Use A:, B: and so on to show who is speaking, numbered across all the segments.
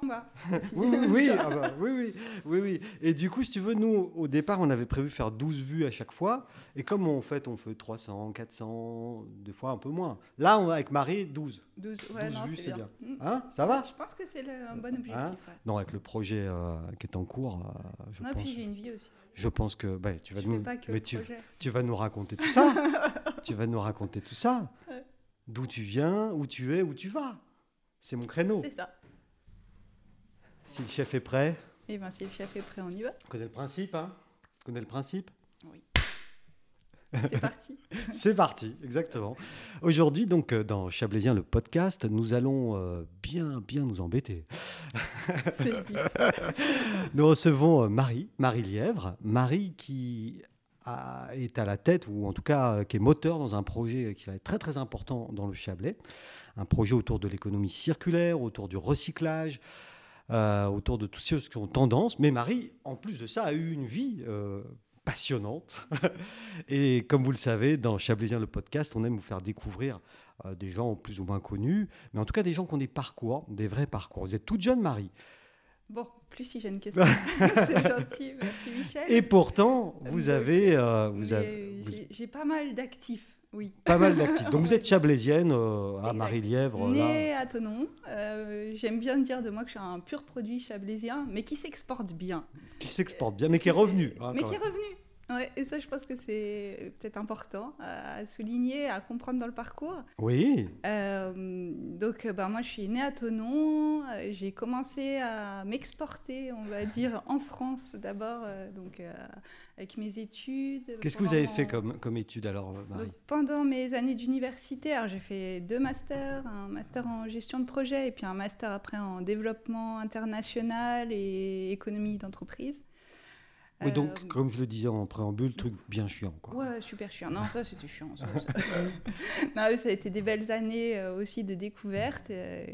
A: combat.
B: Oui, oui, oui, ah bah, oui, oui, oui, oui. Et du coup, si tu veux, nous, au départ, on avait prévu faire 12 vues à chaque fois. Et comme on fait, on fait 300, 400, des fois un peu moins. Là, on, avec Marie, 12.
A: 12, ouais,
B: 12
A: non,
B: vues, c'est bien.
A: Mm.
B: Hein Ça va
A: Je pense que c'est le- un bon objectif.
B: Hein
A: ouais.
B: Non, avec le projet euh, qui est en cours, euh, je,
A: non,
B: pense,
A: puis j'ai une vie aussi.
B: je pense que bah, tu, vas
A: Je
B: nous,
A: fais pas que
B: mais
A: le
B: tu,
A: projet.
B: tu vas nous raconter tout ça. tu vas nous raconter tout ça. D'où tu viens, où tu es, où tu vas. C'est mon créneau.
A: C'est ça.
B: Si le chef est prêt,
A: Et ben si le chef est prêt, on y va.
B: tu connais le principe, hein Tu connais le principe
A: C'est parti.
B: C'est parti, exactement. Aujourd'hui, donc, euh, dans Chablaisien, le podcast, nous allons euh, bien, bien nous embêter.
A: C'est le but.
B: Nous recevons euh, Marie, Marie Lièvre. Marie qui a- est à la tête, ou en tout cas euh, qui est moteur dans un projet qui va être très très important dans le Chablais. Un projet autour de l'économie circulaire, autour du recyclage, euh, autour de tous ceux qui ont tendance. Mais Marie, en plus de ça, a eu une vie euh, passionnante. Et comme vous le savez, dans Chablaisien le podcast, on aime vous faire découvrir euh, des gens plus ou moins connus, mais en tout cas des gens qui ont des parcours, des vrais parcours. Vous êtes toute jeune, Marie.
A: Bon, plus si j'ai une question. c'est gentil, merci Michel.
B: Et pourtant,
A: Euh,
B: vous
A: mais-
B: avez, euh, vous
A: Mais
B: avez vous-
A: j'ai- J'ai pas mal d'actifs, oui.
B: pas mal d'actifs. Donc vous êtes chablaisienne euh, à
A: Exact.
B: Marie-Lièvre. là.
A: Né à Tonon, euh, j'aime bien dire de moi que je suis un pur produit chablaisien, mais qui s'exporte bien.
B: qui s'exporte bien, mais qui est revenu. hein,
A: mais
B: quand
A: qui est
B: même.
A: revenu. Ouais, et ça, je pense que c'est peut-être important à souligner, à comprendre dans le parcours.
B: Oui,
A: Euh, donc, euh, bah, moi, je suis née à Tonon. euh, J'ai commencé à m'exporter, on va dire, en France d'abord, euh, donc euh, avec mes études.
B: qu'est-ce que vous
A: pendant
B: avez fait
A: mon-
B: comme, comme étude alors, euh, Marie
A: donc, pendant mes années d'universitaire, j'ai fait deux masters, un master en gestion de projet et puis un master après en développement international et économie d'entreprise.
B: Oui, donc
A: Euh,
B: comme je le disais en préambule, truc bien chiant. Quoi.
A: Ouais, super chiant. Non, ça, c'était chiant. ça, ça. non, mais ça a été des belles années euh, aussi de découverte. euh,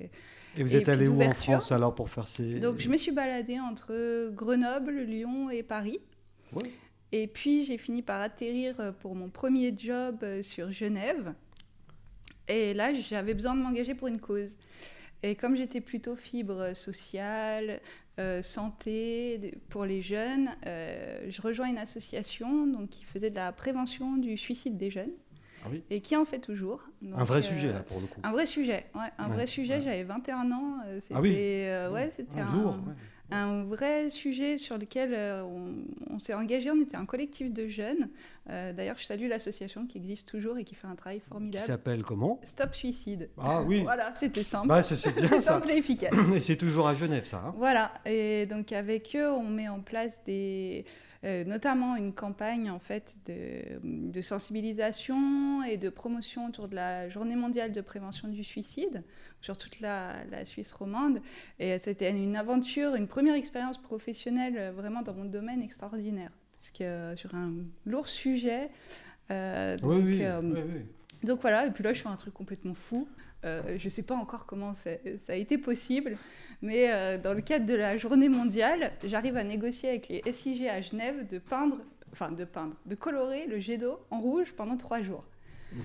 B: Et vous
A: Et
B: êtes
A: puis
B: allé où en
A: d'ouverture.
B: France alors pour faire ces...
A: Donc, je me suis baladée entre Grenoble, Lyon et Paris.
B: Ouais.
A: Et puis, j'ai fini par atterrir euh, pour mon premier job euh, sur Genève. Et là, j'avais besoin de m'engager pour une cause. Et comme j'étais plutôt fibre sociale, euh, santé des- pour les jeunes, euh, je rejoins une association donc, qui faisait de la prévention du suicide des jeunes
B: Ah oui.
A: et qui en fait toujours.
B: Un
A: Donc,
B: vrai
A: euh,
B: sujet là pour le coup.
A: Un vrai sujet, ouais, un
B: Ouais,
A: vrai sujet.
B: ouais.
A: J'avais 21 ans. euh, C'était,
B: Ah oui.
A: euh, ouais, c'était
B: Ah,
A: un,
B: lourd. ouais.
A: un vrai sujet sur lequel euh, on, on s'est engagé. On était un collectif de jeunes. Euh, D'ailleurs, je salue l'association qui existe toujours et qui fait un travail
B: Qui
A: formidable.
B: s'appelle comment
A: Stop Suicide.
B: Ah oui,
A: Voilà, c'était simple.
B: bah, ça, c'est bien
A: C'est
B: ça.
A: simple et efficace.
B: Et c'est toujours à Genève ça. hein
A: Voilà, et donc avec eux, on met en place des, euh, notamment une campagne en fait de, de sensibilisation et de promotion autour de la Journée mondiale de prévention du suicide sur toute la, la Suisse romande. Et c'était une aventure, une première expérience professionnelle euh, vraiment dans mon domaine extraordinaire, parce que euh, sur un lourd sujet. euh,
B: oui,
A: donc,
B: oui,
A: euh,
B: oui, oui.
A: donc voilà, et puis là, je fais un truc complètement fou. Euh, je ne sais pas encore comment c'est- ça a été possible, mais euh, dans le cadre de la journée mondiale, j'arrive à négocier avec les SIG à Genève de peindre, enfin de peindre, de colorer le jet d'eau en rouge pendant trois jours.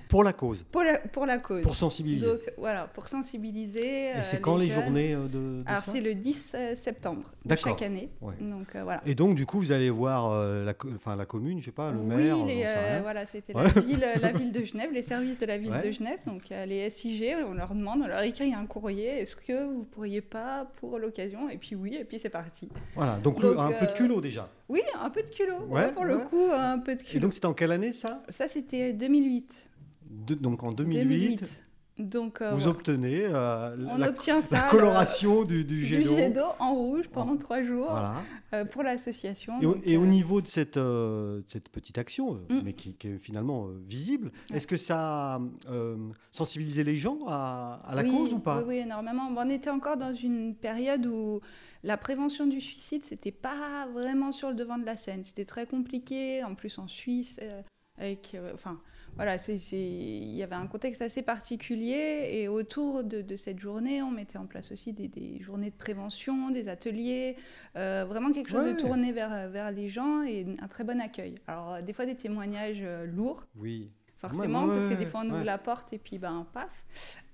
B: Pour la cause,
A: Pour la, pour la cause.
B: pour sensibiliser.
A: Donc voilà, pour sensibiliser. euh,
B: Et c'est quand les,
A: jeunes.
B: journées euh, de, de
A: Alors
B: ça
A: c'est le 10 euh, septembre de
B: D'accord.
A: chaque année.
B: Ouais.
A: Donc euh, voilà.
B: Et donc, du coup, vous allez voir euh, la, co- enfin, la commune, je sais pas, Ah, le
A: oui,
B: maire, j'en
A: les,
B: sais
A: euh,
B: rien.
A: voilà, c'était
B: Ouais.
A: la, ville, euh, la ville de Genève, les services de la ville
B: Ouais.
A: de Genève, donc euh, les SIG, on leur demande, on leur écrit un courrier, est-ce que vous pourriez pas pour l'occasion Et puis oui, et puis c'est parti.
B: Voilà, donc,
A: Donc,
B: le- un peu de
A: euh,
B: culot déjà.
A: Oui, un peu de culot,
B: Ouais,
A: ouais, pour le
B: ouais.
A: coup, hein, un peu de
B: Et
A: culot.
B: donc, c'était en quelle année ça
A: Ça, c'était 2008.
B: De- Donc, en 2008,
A: Donc, euh,
B: vous
A: voilà.
B: obtenez euh,
A: on
B: la,
A: obtient
B: la
A: ça, le-
B: coloration du, du
A: du
B: jet d'eau.
A: jet d'eau en rouge pendant trois jours
B: Voilà.
A: euh, pour l'association.
B: Et, au-
A: donc,
B: et au
A: euh,
B: niveau de cette, euh, de cette petite action, euh,
A: Mm.
B: mais qui, qui est finalement euh, visible,
A: Ouais.
B: est-ce que ça a euh, sensibilisé les gens à, à la
A: Oui,
B: cause ou pas
A: oui, oui, énormément. Bon, On était encore dans une période où la prévention du suicide, c'était pas vraiment sur le devant de la scène. C'était très compliqué, en plus en Suisse, euh, avec, euh, enfin, voilà, c'est- c'est- il y avait un contexte assez particulier. Et autour de, de cette journée, on mettait en place aussi des, des journées de prévention, des ateliers, euh, vraiment quelque chose
B: Ouais.
A: de tourné vers, vers les gens et un très bon accueil. Alors, des fois des témoignages euh, lourds.
B: Oui.
A: forcément,
B: Ouais, ouais,
A: parce que
B: ouais,
A: des fois on ouvre
B: ouais.
A: la porte et puis ben paf.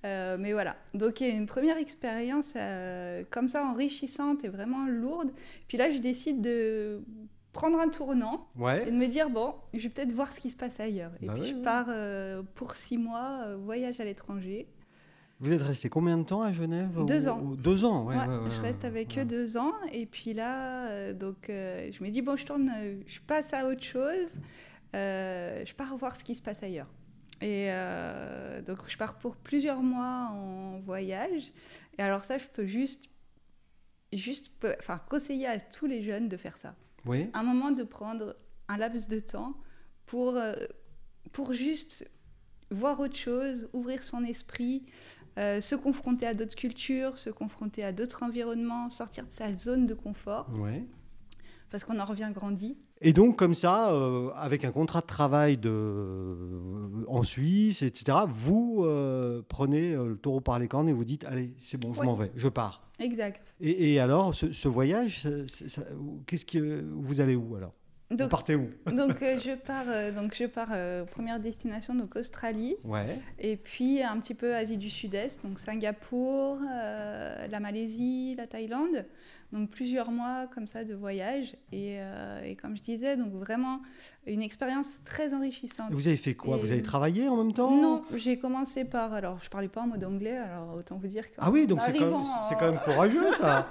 A: Euh, mais voilà, donc il y a une première expérience euh, comme ça enrichissante et vraiment lourde. Puis là, je décide de prendre un tournant et
B: Ouais.
A: de me dire bon, je vais peut-être voir ce qui se passe ailleurs. Et
B: Bah
A: puis
B: ouais,
A: je
B: ouais.
A: pars euh, pour six mois, euh, voyage à l'étranger.
B: Vous êtes resté combien de temps à Genève au-
A: Deux ans.
B: au- Deux ans, ouais.
A: Ouais,
B: ouais, ouais,
A: je
B: ouais,
A: reste avec
B: ouais.
A: eux deux ans et puis là, euh, donc euh, je me dis bon, je tourne, euh, je passe à autre chose, euh, je pars voir ce qui se passe ailleurs. Et euh, donc je pars pour plusieurs mois en voyage. Et alors ça, je peux juste, juste, pe- enfin conseiller à tous les jeunes de faire ça.
B: Oui.
A: Un moment de prendre un laps de temps pour euh, pour juste voir autre chose, ouvrir son esprit, euh, se confronter à d'autres cultures, se confronter à d'autres environnements, sortir de sa zone de confort,
B: Ouais.
A: parce qu'on en revient grandi.
B: Et donc, comme ça, euh, avec un contrat de travail de, euh, en Suisse, etc., vous euh, prenez euh, le taureau par les cornes et vous dites Allez, c'est bon, je
A: Ouais.
B: m'en vais, je pars.
A: Exact.
B: Et, et alors, ce, ce voyage, ça- ça- ça- qu'est-ce que vous allez où alors Vous
A: Donc,
B: partez où
A: donc euh, je pars, euh, donc je pars euh, première destination donc Australie
B: Ouais.
A: et puis un petit peu Asie du Sud-Est donc Singapour, euh, la Malaisie, la Thaïlande donc plusieurs mois comme ça de voyage et, euh, et comme je disais donc vraiment une expérience très enrichissante.
B: Et vous avez fait quoi
A: C'est-
B: Vous avez travaillé en même temps
A: Non, j'ai commencé par. Alors, je parlais pas en mode anglais, alors autant vous dire. qu'en
B: Ah oui, donc c'est quand, même-
A: arrivant en-
B: c'est quand même courageux ça.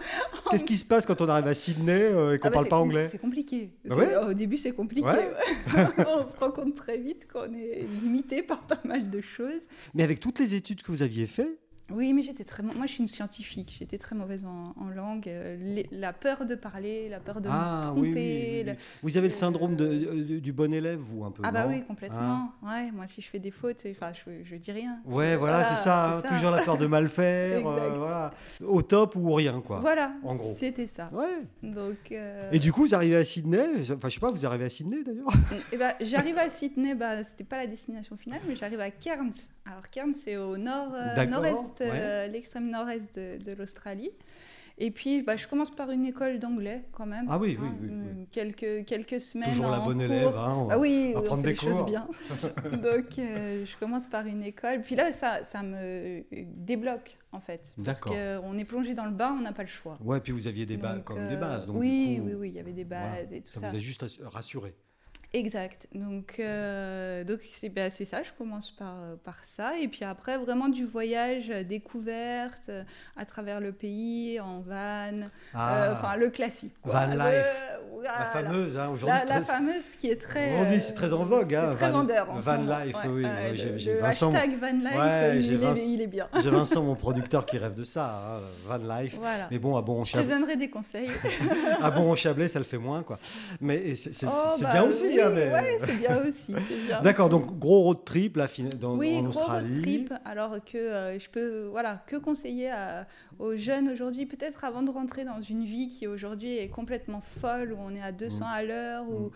B: Qu'est-ce qui se passe quand on arrive à Sydney euh, et qu'on
A: Ah bah,
B: parle
A: c'est
B: pas
A: com-
B: anglais
A: C'est compliqué.
B: Bah
A: C'est-
B: ouais.
A: Au début, c'est compliqué.
B: Ouais.
A: on se rend compte très vite qu'on est limité par pas mal de choses.
B: Mais avec toutes les études que vous aviez faites,
A: Oui, mais j'étais très. mau- Moi, je suis une scientifique. J'étais très mauvaise en, en langue. Euh, les- La peur de parler, la peur de me
B: ah,
A: tromper.
B: oui, oui, oui,
A: le-
B: oui. vous avez le
A: euh,
B: syndrome de- de- du bon élève, vous, un peu
A: Ah bah
B: non
A: oui, complètement. Ouais, moi, si je fais des fautes, enfin, je, je dis rien.
B: Ouais, voilà,
A: Voilà,
B: c'est ça, hein,
A: Ah, c'est ça.
B: toujours la peur de mal faire, euh,
A: Exact.
B: voilà, au top ou au rien, quoi.
A: Voilà.
B: Bah, En gros.
A: C'était ça.
B: Ouais.
A: Donc. euh,
B: Et du coup, vous arrivez à Sydney, enfin, je sais pas, vous arrivez à Sydney d'ailleurs
A: Eh ben, j'arrive à Sydney, bah, c'était pas la destination finale, mais j'arrive à Cairns. Alors Cairns, c'est au nord, euh,
B: D'accord,
A: nord-est, euh, l'extrême nord-est de, de l'Australie. Et puis, bah, je commence par une école d'anglais quand même.
B: Ah oui, oui, oui,
A: euh, Quelques, quelques semaines.
B: Toujours la
A: en
B: bonne
A: cours.
B: élève, hein. on-
A: Ah oui,
B: à
A: on
B: prendre
A: fait
B: des
A: les choses
B: cours.
A: bien. Donc, euh, je commence par une école. Puis là, ça, ça me débloque, en fait. Parce
B: D'accord.
A: qu'on est plongé dans le bain, on n'a pas le choix.
B: Ouais, puis vous aviez des bases,
A: Donc,
B: comme
A: euh,
B: des bases, donc
A: oui,
B: du coup,
A: oui, oui, il y avait des bases
B: voilà,
A: et tout
B: ça,
A: ça. Euh,
B: vous a juste assu- rassuré.
A: Exact. Donc, euh, donc c'est bah, c'est ça, je commence par, euh, par ça. Et puis après, vraiment du voyage, euh, découverte euh, à travers le pays, en van, euh, enfin le classique. quoi.
B: Van
A: Le-
B: life, Ah, la
A: voilà.
B: fameuse, hein,
A: La-
B: aujourd'hui, c'est
A: la
B: très-
A: fameuse qui est très.
B: Aujourd'hui,
A: euh,
B: c'est très en vogue, hein,
A: C'est très
B: van-
A: vendeur. en ce
B: van
A: moment.
B: life,
A: Ouais,
B: oui,
A: ouais,
B: ouais, j'ai-
A: le-
B: j'ai
A: le
B: Vincent-
A: hashtag van life,
B: Ouais,
A: il,
B: j'ai
A: est,
B: Vincent-
A: il est bien.
B: J'ai Vincent, mon producteur, qui rêve de ça, hein, van life.
A: Voilà.
B: Mais bon, à bon, en
A: Je te
B: Chablais,
A: donnerai des conseils.
B: à Ah bon en Chablais, ça le fait moins, quoi. Mais et c'est c'est-
A: Oh,
B: c'est
A: bah,
B: bien aussi,
A: oui,
B: hein, mais...
A: ouais, c'est bien aussi. c'est bien
B: D'accord,
A: aussi.
B: donc gros road trip là, fina- dans,
A: oui,
B: en
A: gros
B: Australie.
A: road trip. Alors que euh, je peux, voilà, que conseiller à- aux jeunes aujourd'hui, peut-être avant de rentrer dans une vie qui aujourd'hui est complètement folle, où on est à 200
B: Mm.
A: à l'heure, où,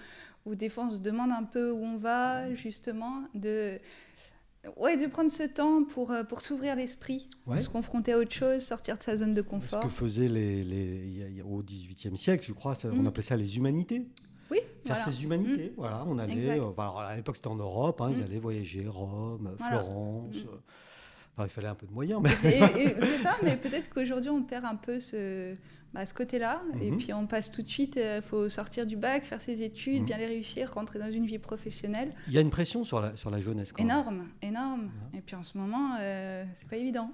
A: où des fois on se demande un peu où on va, justement, de, ouais, de prendre ce temps pour, euh, pour s'ouvrir l'esprit,
B: Ouais.
A: se confronter à autre chose, sortir de sa zone de
B: Ce
A: confort.
B: que faisaient les, les- il y a- il y a- au XVIIIe siècle, je crois, ça- on
A: Mm.
B: appelait ça les humanités.
A: Oui,
B: Faire
A: voilà. Mm.
B: ses humanités, voilà. On allait,
A: Exact.
B: euh, enfin, à l'époque c'était en Europe, hein, ils
A: Mm.
B: allaient voyager, Rome,
A: Voilà.
B: Florence.
A: Mm.
B: euh, Enfin, il fallait un peu de moyens, mais
A: Et- et c'est ça, mais peut-être qu'aujourd'hui on perd un peu ce, bah, ce côté-là, et
B: Mhm.
A: puis on passe tout de suite, il faut sortir du bac, faire ses études,
B: Mhm.
A: bien les réussir, rentrer dans une vie professionnelle.
B: il y a une pression sur la, sur la jeunesse. Quand même. Mhm.
A: Énorme, énorme. Et puis en ce moment, euh, c'est pas évident.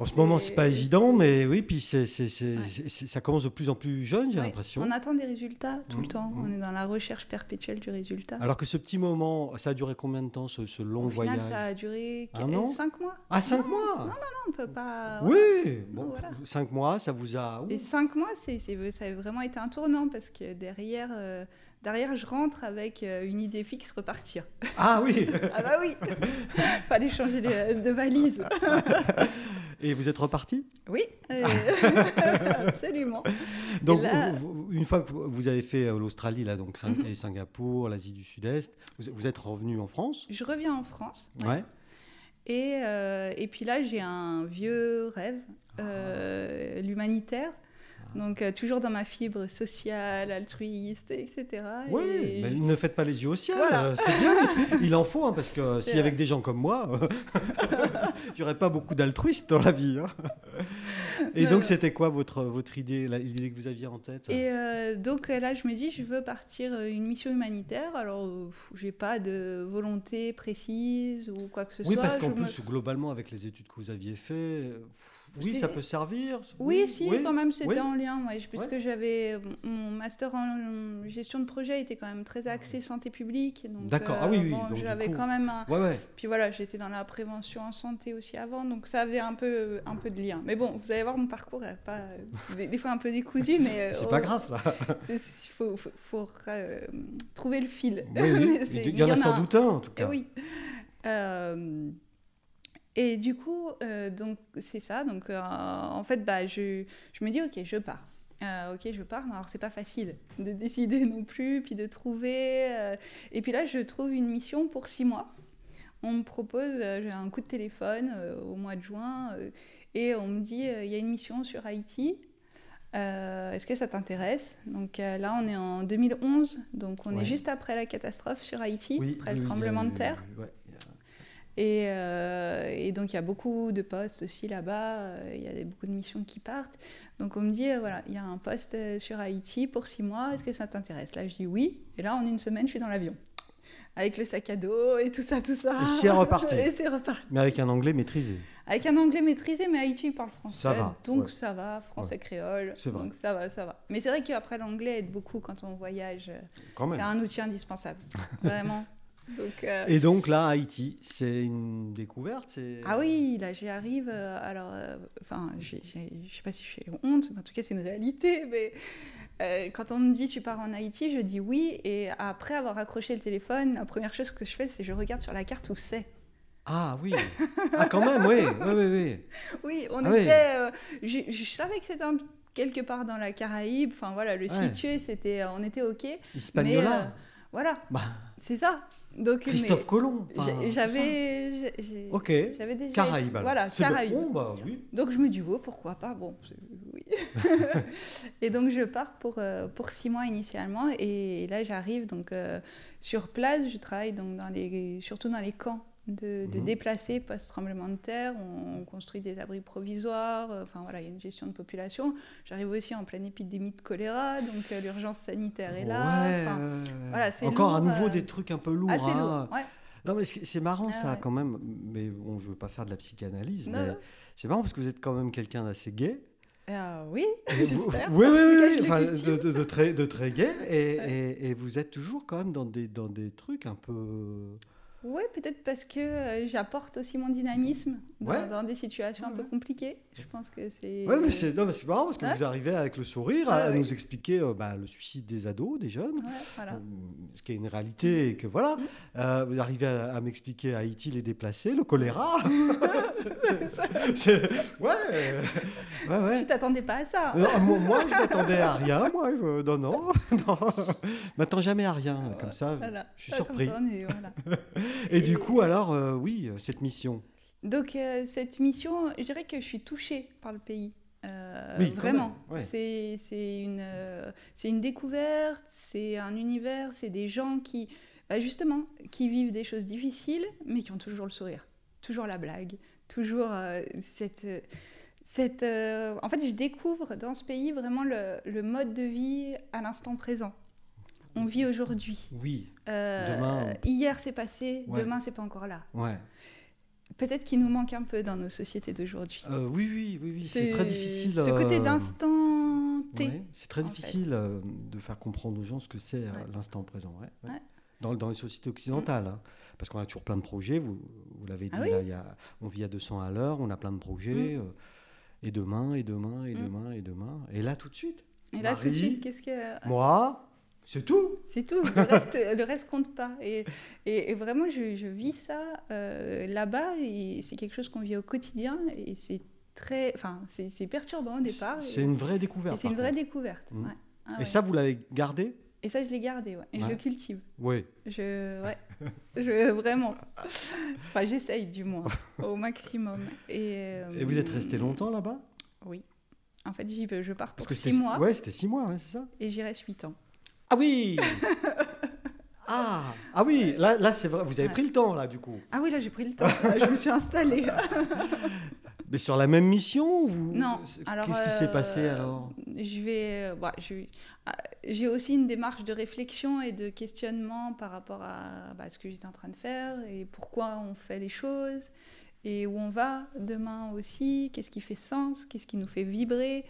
B: En ce moment, c'est pas
A: Et-
B: évident, mais oui, puis c'est, c'est- c'est-
A: Ouais.
B: c'est- c'est- ça commence de plus en plus jeune, j'ai
A: Ouais.
B: l'impression.
A: On attend des résultats tout
B: Mhm.
A: le temps,
B: Mhm.
A: on est dans la recherche perpétuelle du résultat.
B: Alors que ce petit moment, ça a duré combien de temps ce, ce long
A: Au final,
B: voyage
A: ça a duré
B: Un an
A: 5 mois.
B: Ah, cinq mois
A: On peut pas.
B: Oui, bon,
A: Voilà.
B: cinq mois, ça vous a.
A: Et cinq mois, c'est, c'est- ça a vraiment été un tournant parce que derrière, euh, derrière je rentre avec euh, une idée fixe repartir.
B: Ah oui
A: Ah bah oui Fallait changer les- de valise.
B: Et vous êtes reparti
A: Oui, euh, absolument.
B: Donc,
A: là- Mhm.
B: vous- vous- une fois que vous avez fait euh, l'Australie, là, donc Sing- et Singapour, l'Asie du Sud-Est, vous, vous êtes revenu en France
A: Je reviens en France
B: Ouais.
A: et,
B: Ah.
A: euh, et puis là j'ai un vieux rêve, euh, l'humanitaire. Donc, euh, toujours dans ma fibre sociale, altruiste, etc.
B: Oui,
A: Ah, Et-
B: mais ne faites pas les yeux au ciel,
A: Voilà.
B: euh, c'est bien. Il en faut, hein, parce que
A: C'est
B: si avec
A: vrai.
B: des gens comme moi, euh, il n'y aurait pas beaucoup d'altruistes dans la vie. hein. Et
A: Non,
B: donc,
A: non.
B: c'était quoi votre, votre idée, la- l'idée que vous aviez en tête
A: Et euh, donc euh, là, je me dis, je veux partir euh, une mission humanitaire. Alors, euh, pff, j'ai pas de volonté précise ou quoi que ce
B: Oui,
A: soit.
B: parce
A: Je
B: qu'en
A: me-
B: plus, globalement, avec les études que vous aviez faites, euh, oui,
A: C'est-
B: ça peut servir.
A: Oui, si,
B: oui.
A: quand même, c'était
B: oui.
A: en lien, ouais, je- puisque j'avais mon master en gestion de projet était quand même très axé santé publique. donc,
B: Ah
A: euh,
B: D'accord. Ah oui, oui,
A: bon,
B: donc, du
A: j'avais
B: coup-
A: quand même. un-
B: Ouais, ouais.
A: Puis voilà, j'étais dans la prévention en santé aussi avant, donc ça avait un peu, un peu de lien. Mais bon, vous allez voir, mon parcours est pas euh, des, des fois un peu décousu, mais euh,
B: C'est
A: on-
B: pas grave, ça.
A: Il faut, faut- faut, euh, trouver le fil.
B: Oui, oui.
A: Mais c'est-
B: Il y en a sans
A: un.
B: doute un, en tout
A: Eh
B: cas.
A: oui. Euh, et du coup, euh, donc c'est ça. Donc euh, en fait, bah, je, je me dis ok, je pars. Euh, ok, je pars. Mais Alors c'est pas facile de décider non plus, puis de trouver. euh, et puis là, je trouve une mission pour six mois. On me propose, euh, j'ai un coup de téléphone euh, au mois de juin, euh, et on me dit euh, il y a une mission sur Haïti. Euh, Est-ce que ça t'intéresse Donc euh, là, on est en 2011, donc on
B: Ouais.
A: est juste après la catastrophe sur Haïti,
B: Oui,
A: après
B: oui,
A: le
B: oui,
A: tremblement
B: oui,
A: de
B: oui,
A: terre.
B: oui, ouais. Il y a-
A: Et, euh, et donc, il y a beaucoup de postes aussi là-bas. euh, Il y a des- beaucoup de missions qui partent. Donc, on me dit, euh, voilà, il y a un poste euh, sur Haïti pour six mois. Est-ce que ça t'intéresse Là, je dis oui. Et là, en une semaine, je suis dans l'avion. Avec le sac à dos et tout ça, tout ça.
B: Et c'est reparti.
A: et c'est reparti.
B: Mais avec un anglais maîtrisé.
A: Avec un anglais maîtrisé, mais Haïti parle français.
B: Ça va,
A: donc,
B: ouais.
A: ça va. Français créole.
B: C'est vrai.
A: Donc, ça va, ça va. Mais c'est vrai qu'après, l'anglais aide beaucoup quand on voyage.
B: Quand
A: C'est
B: même.
A: un outil indispensable. Vraiment. Donc, euh,
B: Et donc là, Haïti, c'est une découverte. c'est-
A: Ah oui, là j'y arrive. euh, alors, euh, enfin, j'ai- j'ai- je sais pas si je fais honte, mais en tout cas c'est une réalité. Mais euh, quand on me dit tu pars en Haïti, je dis oui. Et après avoir accroché le téléphone, la première chose que je fais, c'est je regarde sur la carte où c'est.
B: Ah oui. Ah quand même, oui. Oui, oui,
A: Oui, on
B: Ah oui.
A: était. euh, je, je savais que c'était un- quelque part dans la Caraïbe. Enfin voilà, le
B: Ouais.
A: situé, c'était, euh, on était ok.
B: oui. Hispaniola.
A: Mais, euh, voilà,
B: Bah,
A: c'est ça. Donc mais
B: Christophe Colomb. enfin,
A: j'ai-
B: tout ça.
A: j'avais, j'ai- j'ai-
B: Ok.
A: j'avais déjà.
B: Caraïbes alors.
A: Voilà,
B: C'est bon.
A: Caraïbes.
B: Bon, bah oui.
A: Donc je me dis, oh, pourquoi pas Bon, c'est- oui. et donc je pars pour, euh, pour six mois initialement. Et là, j'arrive donc euh, sur place. Je travaille donc dans les, surtout dans les camps de, de
B: Mhm.
A: déplacés post-tremblement de terre. On, on construit des abris provisoires. Euh, Enfin voilà, il y a une gestion de population. J'arrive aussi en pleine épidémie de choléra. Donc euh, l'urgence sanitaire est là.
B: Ouais,
A: Enfin,
B: ouais, ouais.
A: voilà, c'est
B: Encore à
A: lourd,
B: nouveau
A: euh,
B: des trucs un peu lourds.
A: assez
B: hein.
A: lourd. ouais.
B: Non, mais c'est c'est marrant
A: Ah
B: ça
A: ouais.
B: quand même. Mais bon, je veux pas faire de la psychanalyse.
A: Non,
B: mais
A: non.
B: C'est marrant parce que vous êtes quand même quelqu'un d'assez gay. Ah,
A: Euh, oui,
B: Et vous-
A: j'espère.
B: Oui, oui,
A: En tout
B: oui,
A: cas,
B: oui,
A: je le
B: enfin,
A: cultive.
B: de, de- de très, de très gay. Et, et- et vous êtes toujours quand même dans des, dans des trucs un peu.
A: Oui, peut-être parce que euh, j'apporte aussi mon dynamisme dans,
B: Ouais.
A: dans des situations un peu compliquées. Je pense que c'est.
B: Oui, mais c'est non, mais c'est marrant parce que
A: Ouais.
B: vous arrivez avec le sourire à,
A: Hein Ah
B: à
A: ouais.
B: nous expliquer euh, bah, le suicide des ados, des jeunes.
A: Ouais, voilà. Mm.
B: euh, Ce qui est une réalité, et que voilà, Euh, vous arrivez à, à m'expliquer Haïti les déplacés, le choléra. C'est- c'est- c'est- ouais, euh, ouais, ouais. Euh,
A: Tu t'attendais pas à ça.
B: Non, moi, moi, je m'attendais à rien. Moi, je- non, non, non. Je m'attends jamais à rien. Comme ça,
A: Voilà.
B: je suis
A: Ouais, comme
B: surpris.
A: ça, on est- voilà.
B: Et du
A: Et-
B: coup, alors, euh, oui, euh, cette mission.
A: Donc, euh, cette mission, je dirais que je suis touchée par le pays. Euh,
B: Oui, quand
A: vraiment.
B: même, ouais.
A: C'est c'est une, euh, c'est une découverte, c'est un univers, c'est des gens qui, bah, justement, qui vivent des choses difficiles, mais qui ont toujours le sourire, toujours la blague, toujours euh, cette. euh, cette euh, en fait, je découvre dans ce pays vraiment le, le mode de vie à l'instant présent. On vit aujourd'hui.
B: Oui,
A: Euh,
B: Demain,
A: Hier, c'est passé,
B: Ouais.
A: demain, c'est pas encore là.
B: ouais.
A: Peut-être qu'il nous manque un peu dans nos sociétés d'aujourd'hui.
B: Euh, oui, oui, oui, oui, c'est très difficile.
A: Ce côté
B: euh,
A: d'instant T.
B: ouais, c'est très
A: en fait.
B: difficile euh, de faire comprendre aux gens ce que c'est euh,
A: Ouais.
B: l'instant présent. ouais, ouais.
A: Ouais.
B: Dans, dans les sociétés occidentales, hein, parce qu'on a toujours plein de projets, vous, vous l'avez dit,
A: Ah oui. Mmh.
B: là, il y a- on vit à 200 à l'heure, on a plein de projets, euh, et demain, et demain, et
A: Mm.
B: demain, et demain, et là tout de suite.
A: Et là, tout de
B: Marie.
A: suite, qu'est-ce que.
B: Moi, c'est tout.
A: C'est tout. Le reste, le reste compte pas. Et, et- et vraiment, je, je vis ça euh, là-bas. Et c'est quelque chose qu'on vit au quotidien. Et c'est très. Enfin, c'est c'est perturbant au départ.
B: C'est
A: et-
B: une vraie
A: et
B: découverte.
A: c'est une
B: par
A: vraie
B: contre.
A: découverte.
B: Mm.
A: ouais. Ah ouais.
B: Et ça, vous l'avez gardé
A: et ça, je l'ai gardé. Ouais. Et
B: Ouais.
A: je le cultive.
B: Oui.
A: Je, ouais, je, vraiment. Enfin, j'essaye du moins, au maximum. Et, euh,
B: Et vous êtes resté longtemps là-bas
A: Oui. En fait, j'y vais- je pars
B: Parce
A: pour
B: que
A: six
B: c'était-
A: mois
B: Ouais, c'était six mois, ouais, c'est ça.
A: et j'y reste huit ans.
B: Ah oui Ah, ah oui, là, là c'est vrai, vous avez
A: Ouais.
B: pris le temps, là, du coup.
A: Ah oui, là j'ai pris le temps, je me suis installée.
B: Mais sur la même mission ou vous-
A: Non.
B: c'est-
A: Alors,
B: Qu'est-ce qui s'est
A: euh,
B: passé alors
A: Je vais, euh, bah, je- ah, j'ai aussi une démarche de réflexion et de questionnement par rapport à bah, ce que j'étais en train de faire et pourquoi on fait les choses et où on va demain aussi. Qu'est-ce qui fait sens Qu'est-ce qui nous fait vibrer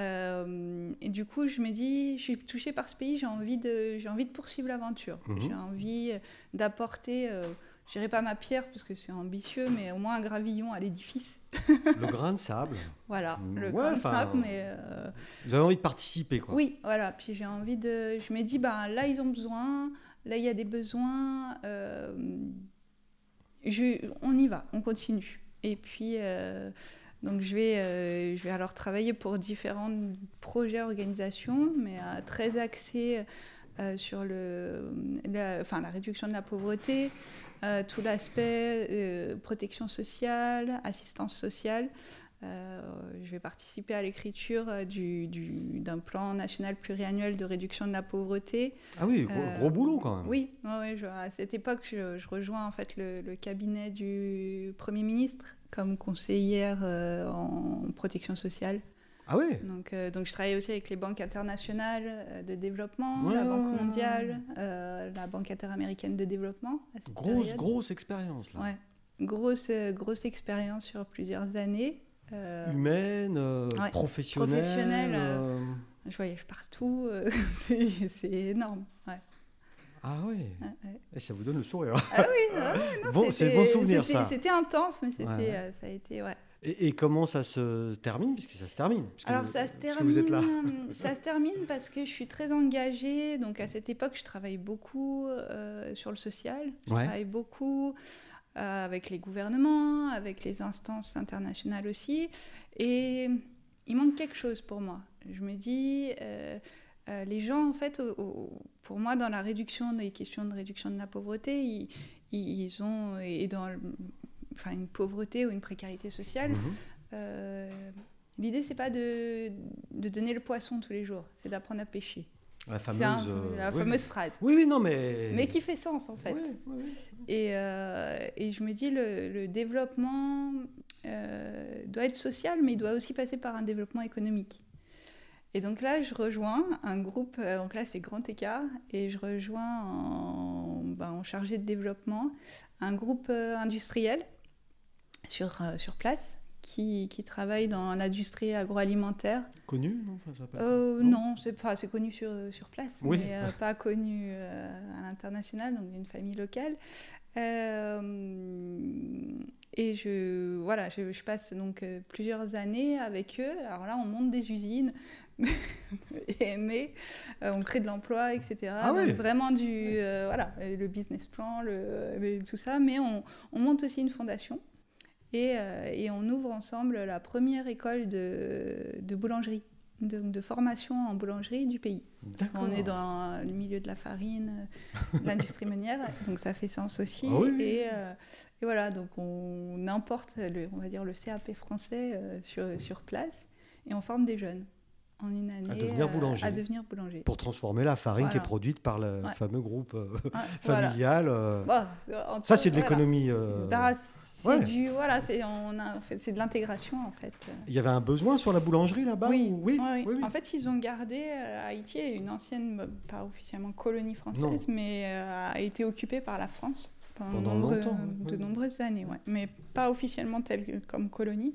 A: Euh, Et du coup, je me dis, je suis touchée par ce pays. J'ai envie de, j'ai envie de poursuivre l'aventure.
B: Mhm.
A: J'ai envie euh, d'apporter. euh, je dirais pas ma pierre parce que c'est ambitieux, mais au moins un gravillon à l'édifice.
B: Le grain de sable.
A: Voilà, le
B: Mm. Ouais,
A: grain de
B: enfin,
A: sable, mais euh,
B: Vous avez envie de participer, quoi.
A: oui, voilà. Puis j'ai envie de. Je me dis, bah, là, ils ont besoin. Là, il y a des besoins. euh, je, on y va, on continue. Et puis, euh, donc, je vais, euh, je vais alors travailler pour différents projets, organisations, mais euh, très axés euh, sur le, la, enfin, la réduction de la pauvreté, euh, tout l'aspect euh, protection sociale, assistance sociale. Euh, je vais participer à l'écriture euh, du- du- d'un plan national pluriannuel de réduction de la pauvreté.
B: Ah oui, gros,
A: Euh,
B: gros boulot quand même.
A: Oui, ouais, ouais, je- à cette époque, je, je rejoins en fait le, le cabinet du Premier ministre comme conseillère euh, en protection sociale.
B: Ah ouais
A: Donc, euh, donc je travaille aussi avec les banques internationales euh, de développement,
B: Ouais,
A: la
B: ouais,
A: Banque
B: ouais, ouais.
A: mondiale, euh, la Banque interaméricaine de développement. à cette
B: Grosse,
A: période.
B: grosse expérience, là.
A: Ouais. Grosse, euh, grosse expérience sur plusieurs années. Euh,
B: Humaine, euh,
A: Ouais.
B: professionnelle.
A: Professionnelle,
B: euh,
A: Je voyage partout, euh, c'est c'est énorme. ouais,
B: Ah ouais.
A: ouais, ouais.
B: Et ça vous donne le sourire.
A: Ah oui, ah oui, non,
B: Bon, c'est
A: c'était-
B: bon souvenir,
A: c'était-
B: ça.
A: C'était intense, mais c'était,
B: Ouais.
A: euh, ça a été, ouais.
B: Et, et comment ça se termine Puisque ça se termine. puisque
A: Alors
B: vous-
A: ça se
B: puisque
A: termine,
B: vous êtes là.
A: ça se termine parce que je suis très engagée. Donc à cette époque, je travaille beaucoup euh, sur le social. Je
B: Ouais.
A: travaille beaucoup euh, avec les gouvernements, avec les instances internationales aussi. Et il manque quelque chose pour moi. Je me dis, euh, euh, les gens, en fait, au- au- pour moi, dans la réduction des questions de réduction de la pauvreté, ils, ils- ils ont et dans le- enfin, une pauvreté ou une précarité sociale.
B: Mhm.
A: Euh, L'idée, c'est pas de, de donner le poisson tous les jours, c'est d'apprendre à pêcher.
B: La
A: C'est un
B: fameuse.
A: peu
B: euh,
A: la
B: oui,
A: fameuse phrase.
B: Oui, oui, non, mais.
A: Mais qui fait sens, en fait.
B: Ouais, ouais, ouais.
A: Et, euh, et je me dis, le, le développement euh, doit être social, mais il doit aussi passer par un développement économique. Et donc là, je rejoins un groupe, euh, donc là c'est Grand Écart, et je rejoins en, ben, en chargé de développement un groupe euh, industriel sur, euh, sur place qui, qui travaille dans l'industrie agroalimentaire.
B: Connu, non Enfin, ça s'appelle-
A: Euh,
B: non
A: non, c'est pas, c'est connu sur, sur place,
B: Oui.
A: mais euh, pas connu euh, à l'international, donc d'une famille locale. Euh, et je, voilà, je, je passe donc euh, plusieurs années avec eux. Alors là, on monte des usines, et- mais euh, on crée de l'emploi, etc.
B: Ah
A: Donc
B: ouais.
A: Vraiment du, euh, voilà, euh, le business plan, le, euh, et tout ça. Mais on, on monte aussi une fondation. Et, euh, et on ouvre ensemble la première école de, de boulangerie, de, de formation en boulangerie du pays.
B: D'accord.
A: On est dans le milieu de la farine, euh, de l'industrie meunière, donc ça fait sens aussi.
B: Ah oui, oui.
A: Et, euh, et voilà, donc on importe, le, on va dire, le CAP français euh, sur, sur place et on forme des jeunes en une année euh,
B: devenir boulanger.
A: à devenir boulanger.
B: Pour transformer la farine qui est
A: Voilà.
B: produite par le
A: Ouais.
B: fameux groupe euh,
A: Ouais, Ah, voilà.
B: familial. euh,
A: Bon, en
B: Ça,
A: tout-
B: c'est de
A: voilà.
B: l'économie. euh,
A: Bah, c'est
B: ouais.
A: du voilà, c'est on a- en fait, c'est de l'intégration en fait.
B: Il y avait un besoin sur la boulangerie là-bas
A: Oui,
B: ou-
A: Ouais, oui.
B: Bah oui, oui.
A: En fait, ils ont gardé euh, Haïti est une ancienne, bah, pas officiellement colonie française, mais euh, a été occupée par la France pendant,
B: Pendant
A: nombreux-
B: longtemps,
A: de
B: ouais.
A: nombreuses années, ouais. mais pas officiellement telle que- comme colonie.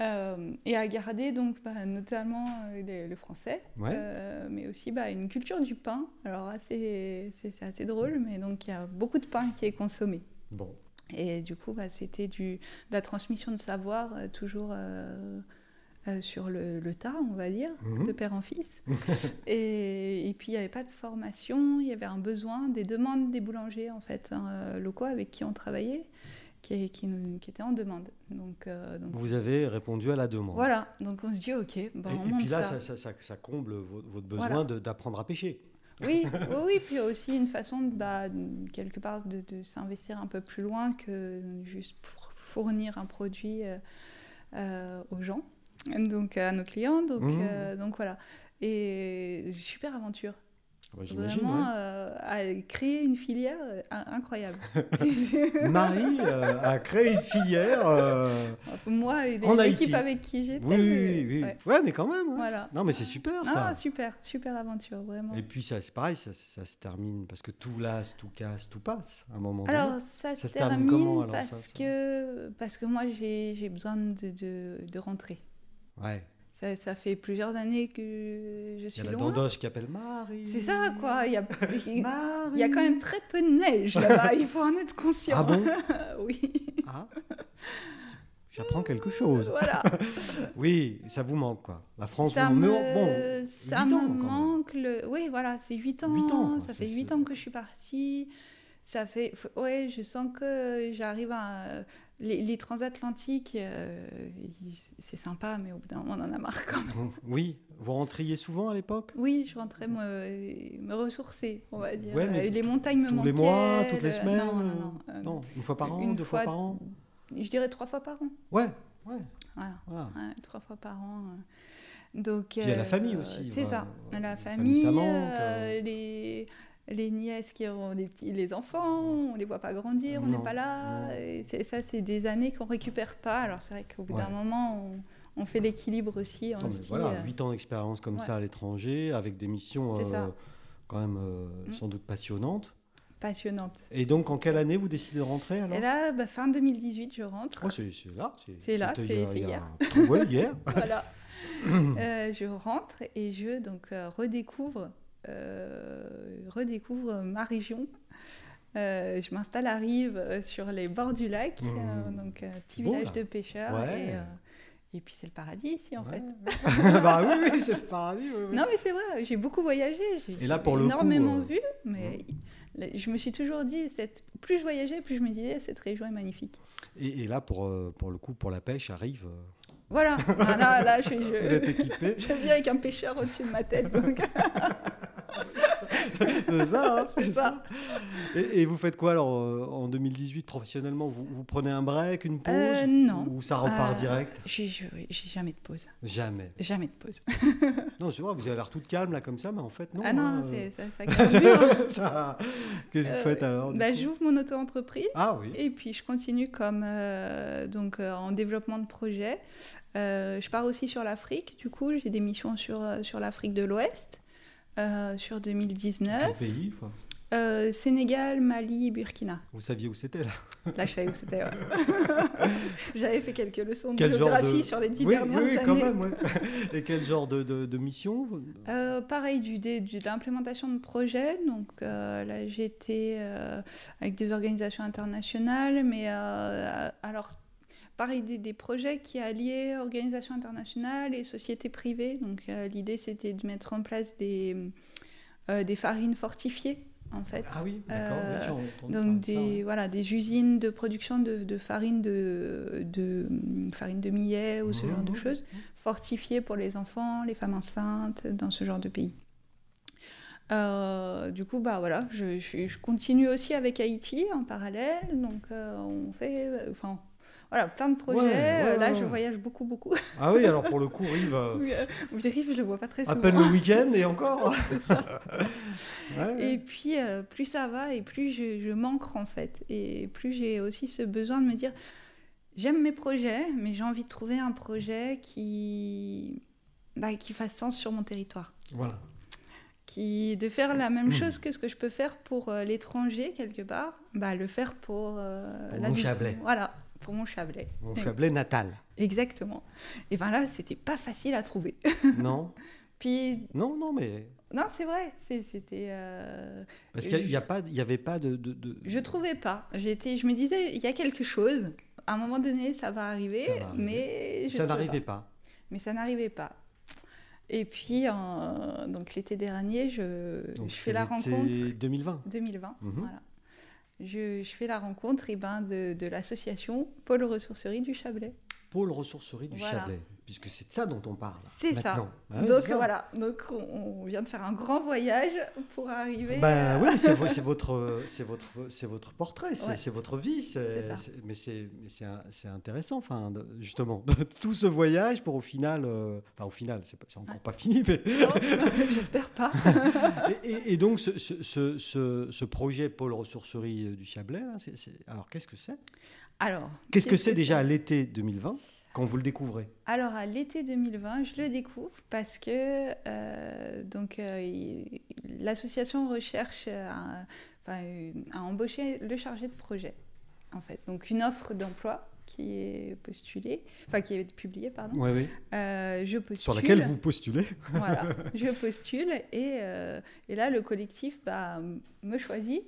A: Euh, et a gardé donc bah, notamment euh, les- le français,
B: Ouais.
A: euh, mais aussi bah, une culture du pain. Alors là, c'est c'est- c'est assez drôle, mais donc il y a beaucoup de pain qui est consommé.
B: Bon.
A: Et du coup, bah, c'était du- de la transmission de savoir, euh, toujours euh, euh, sur le, le tas, on va dire,
B: Mhm.
A: de père en fils. et, et puis, il n'y avait pas de formation, il y avait un besoin, des demandes des boulangers, en fait, hein, euh, locaux avec qui on travaillait, qui, qui, nous- qui étaient en demande. Donc, euh, donc,
B: Vous avez répondu à la demande.
A: voilà, donc on se dit, OK, bah,
B: et,
A: on
B: et
A: monte
B: puis là,
A: ça.
B: ça, ça- ça- ça comble vo- votre besoin
A: Voilà.
B: de- d'apprendre à pêcher.
A: Oui, oui, oui, puis aussi une façon, de, bah, quelque part, de, de s'investir un peu plus loin que juste pour fournir un produit euh, euh, aux gens. donc à nos clients. Donc,
B: Mhm.
A: euh, donc voilà. Et super aventure.
B: Ah bah, J'imagine.
A: Vraiment,
B: ouais.
A: euh, à créer une filière euh, in- incroyable.
B: Marie euh, a créé une filière. euh,
A: Moi et
B: En
A: les équipes
B: Haïti.
A: avec qui j'étais.
B: Oui, oui, oui,
A: euh,
B: oui.
A: ouais.
B: Ouais, mais quand même. ouais.
A: Voilà.
B: Non, mais c'est super ça.
A: Ah, super, super aventure, vraiment.
B: Et puis ça, c'est pareil, ça, ça se termine parce que tout lasse, tout casse, tout passe à un moment donné.
A: Alors, ça,
B: Ça
A: se
B: se termine
A: termine
B: comment, alors,
A: parce,
B: ça, ça
A: Que, parce que moi, j'ai j'ai besoin de, de, de rentrer.
B: Ouais.
A: Ça, ça fait plusieurs années que je
B: Il y
A: suis
B: a la
A: loin.
B: dandoche qui appelle Marie.
A: C'est ça, quoi. Il y, a, il
B: Marie.
A: y a quand même très peu de neige là-bas, il faut en être conscient.
B: Ah bon
A: Oui.
B: Ah. J'apprends quelque chose.
A: Voilà.
B: Oui, ça vous manque quoi. La France,
A: ça
B: vous-
A: me,
B: mais bon,
A: ça
B: huit
A: me
B: ans, quand même.
A: manque. le- Oui, voilà, c'est 8 ans.
B: Huit ans, quoi,
A: ça
B: c'est-
A: fait 8
B: c'est-
A: ans que je suis partie. Ça fait. f- Ouais, je sens que j'arrive à. Les, les transatlantiques, euh, ils- c'est sympa, mais au bout d'un moment, on en a marre quand même.
B: Oui, vous rentriez souvent à l'époque
A: Oui, je rentrais me, me ressourcer, on va dire.
B: Ouais, mais
A: Euh, les
B: tous-
A: montagnes me
B: Tous
A: manquaient.
B: les mois, toutes les
A: le-
B: semaines
A: Non, non,
B: euh,
A: non. euh,
B: non, une fois par an,
A: une
B: deux fois,
A: fois-
B: par an
A: Je dirais trois fois par an.
B: Ouais, ouais,
A: Voilà.
B: voilà.
A: Ouais, trois fois par an. euh. Donc,
B: Puis il y a la
A: euh,
B: famille aussi,
A: C'est
B: voilà,
A: ça.
B: voilà,
A: la
B: la
A: famille,
B: famille, ça manque,
A: euh, les, les nièces qui ont des petits, les enfants, on les voit pas grandir, on
B: Non,
A: n'est pas là.
B: non.
A: Et c'est- ça, c'est des années qu'on récupère pas. Alors c'est vrai qu'au bout d'un
B: Ouais.
A: moment, on, on fait l'équilibre aussi. On
B: Non, mais
A: se dit,
B: voilà,
A: euh,
B: 8 ans d'expérience comme
A: ouais.
B: ça à l'étranger, avec des missions
A: C'est
B: euh,
A: ça.
B: quand même euh,
A: Mm.
B: sans doute passionnantes.
A: passionnante.
B: Et donc, en quelle année vous décidez de rentrer alors
A: Et là, bah, fin 2018, je rentre.
B: Oh, c'est c'est là.
A: C'est là,
B: c'était
A: c'est-
B: il y a-
A: c'est
B: il y a un- Ouais, hier.
A: voilà. Euh, je rentre et je donc euh, redécouvre, euh, redécouvre ma région. Euh, je m'installe à Rive euh, sur les bords du lac,
B: Mhm.
A: euh, donc un petit
B: Beau,
A: village
B: là.
A: de pêcheurs.
B: bah. Ouais.
A: Et, euh, et puis c'est le paradis ici en fait.
B: Ouais. bah oui, oui, c'est le paradis. oui, oui.
A: Non mais c'est vrai, j'ai beaucoup voyagé, j'ai
B: Et là, pour
A: j'ai
B: le coup,
A: énormément
B: euh,
A: vu, mais là, je me suis toujours dit, cette... plus je voyageais, plus je me disais, cette région est magnifique.
B: Et, et là, pour, euh, pour le coup, pour la pêche, arrive. euh,
A: Voilà, Ah, là, là, je, je...
B: Vous êtes équipé.
A: je viens avec un pêcheur au-dessus de ma tête. donc.
B: C'est ça, hein,
A: C'est ça.
B: Et, et vous faites quoi alors euh, en 2018 professionnellement vous, vous prenez un break, une pause
A: Euh, non.
B: Ou ça repart
A: Euh,
B: direct
A: J'ai j'ai- j'ai jamais de pause.
B: Jamais.
A: Jamais de pause.
B: Non, c'est vrai, vous avez l'air toute calme là comme ça, mais en fait, non.
A: ah non,
B: hein,
A: c'est ça, ça carbure.
B: euh, ça. Qu'est-ce que vous
A: Euh,
B: faites alors du
A: bah,
B: coup
A: J'ouvre mon auto-entreprise
B: Ah oui.
A: et puis je continue comme euh, donc, euh, en développement de projet. Euh, je pars aussi sur l'Afrique, du coup, j'ai des missions sur, euh, sur l'Afrique de l'Ouest. euh, sur
B: Quel
A: 2019,
B: pays quoi.
A: Euh, Sénégal, Mali, Burkina.
B: Vous saviez où c'était là
A: Là, je savais où c'était. ouais. J'avais fait quelques leçons de
B: Quel genre de-
A: géographie sur les dix
B: Oui,
A: dernières
B: oui,
A: années.
B: quand même. ouais. Et quel genre de, de- de mission vous-
A: Euh, pareil, du, dé- du- de l'implémentation de projets. Donc euh, là, j'étais euh, avec des organisations internationales, mais euh, alors, pareil, des, des projets qui alliaient organisations internationales et sociétés privées. Donc euh, l'idée, c'était de mettre en place des, euh, des farines fortifiées, en fait.
B: Ah oui, d'accord.
A: Euh,
B: oui, j'en ai entendu parler
A: Donc
B: de
A: des,
B: ça, ouais.
A: voilà, des usines de production de, de farine de, de hum, farine de millet ou ce genre de
B: Mhm.
A: choses, fortifiées pour les enfants, les femmes enceintes, dans ce genre de pays. Euh, du coup, bah voilà, je, je- je continue aussi avec Haïti en parallèle, donc euh, on fait, enfin voilà, plein de projets.
B: ouais,
A: Euh, Là,
B: ouais,
A: je
B: ouais.
A: voyage beaucoup, beaucoup.
B: Ah oui, alors pour le coup, Rive, euh,
A: Oui, euh, Rive, je le vois pas très
B: à
A: souvent.
B: peine le week-end et encore. Ouais, ouais.
A: Et puis, euh, plus ça va et plus je, je manque en fait. Et plus j'ai aussi ce besoin de me dire, j'aime mes projets, mais j'ai envie de trouver un projet qui, bah, qui fasse sens sur mon territoire.
B: Voilà.
A: Qui, de faire la
B: Hmm.
A: même chose que ce que je peux faire pour euh, l'étranger quelque part, bah, le faire pour, euh,
B: Pour
A: la
B: mon
A: vie.
B: Chablais.
A: Voilà, pour mon Chablais.
B: Mon Chablais natal.
A: Exactement. Et ben là, c'était pas facile à trouver.
B: Non,
A: Puis,
B: non, non, mais
A: non, c'est vrai, c'est- c'était. euh,
B: parce qu'il n'y a, pas, il y avait pas de, de, de-
A: Je trouvais pas. J'étais, je me disais, il y a quelque chose. À un moment donné, ça va arriver,
B: Ça va arriver.
A: mais je
B: ça
A: trouvais
B: n'arrivait
A: pas.
B: pas.
A: Mais ça n'arrivait pas. Et puis, en- donc l'été dernier, je,
B: Donc,
A: je
B: c'est
A: fais la
B: l'été
A: rencontre
B: 2020.
A: 2020.
B: Mhm.
A: Voilà. Je, je fais la rencontre eh ben, de, de l'association Pôle Ressourcerie du Chablais.
B: pôle ressourcerie du
A: Voilà.
B: Chablais, puisque c'est de ça dont on parle.
A: C'est ça.
B: maintenant. Ah ouais,
A: Donc
B: c'est ça.
A: voilà, donc on, on vient de faire un grand voyage pour arriver. à-
B: Ben oui, c'est vo- c'est votre, c'est votre, c'est votre portrait, c'est
A: euh, Ouais.
B: c'est votre vie. c'est-
A: C'est ça.
B: c'est- Mais c'est, mais c'est, un- c'est intéressant, enfin, de- justement, de tout ce voyage pour au final, euh, enfin au final, c'est, pas- c'est encore pas fini, mais
A: Non, J'espère pas.
B: et, et- et donc ce, ce- ce- ce- ce projet pôle ressourcerie euh, du Chablais, là, c'est- c'est- alors qu'est-ce que c'est
A: Alors.
B: Qu'est-ce que c'est déjà à l'été 2020 quand vous le découvrez
A: Alors à l'été 2020, je le découvre parce que euh, donc euh, il- l'association recherche euh, un- enfin, une- à embaucher le chargé de projet en fait. Donc une offre d'emploi qui est postulée, enfin qui est publiée pardon.
B: Ouais, ouais.
A: Euh, Hein je postule.
B: Sur laquelle vous postulez
A: Voilà, je postule et, euh, et là le collectif bah, me choisit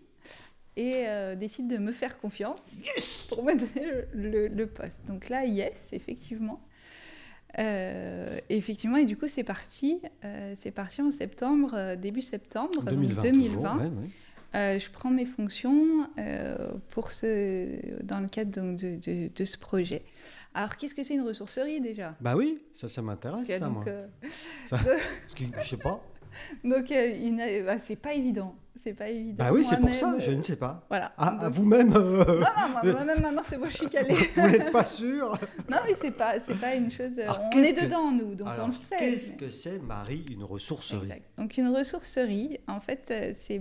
A: et euh, décide de me faire confiance pour me donner le, le- le poste. Donc là, yes, effectivement. Euh, effectivement, et du coup, c'est parti. Euh, c'est parti en septembre, euh, début septembre donc
B: 2020. toujours,
A: 2020.
B: ouais, ouais.
A: Euh, je prends mes fonctions euh, pour ce, dans le cadre donc, de, de- de ce projet. Alors, qu'est-ce que c'est une ressourcerie déjà
B: Bah oui, ça, ça
A: Parce
B: m'intéresse,
A: que,
B: ça,
A: donc,
B: moi.
A: euh,
B: Parce que je sais pas.
A: Donc, euh, une- euh, bah, c'est pas évident. C'est pas évident.
B: Bah oui, c'est pour
A: Moi-même,
B: ça,
A: euh,
B: je ne sais pas.
A: Voilà.
B: Ah, à
A: Donc-
B: vous-même,
A: Non,
B: euh,
A: non, moi- moi-même maintenant, c'est bon, je suis calée.
B: vous n'êtes pas sûr.
A: non, mais c'est pas, c'est pas une chose. euh,
B: Alors,
A: on est,
B: qu'est-ce que-
A: dedans, nous, donc
B: Alors,
A: on le sait.
B: Qu'est-ce
A: mais-
B: que c'est, Marie, une ressourcerie
A: Exact. Donc une ressourcerie, en fait, euh, c'est,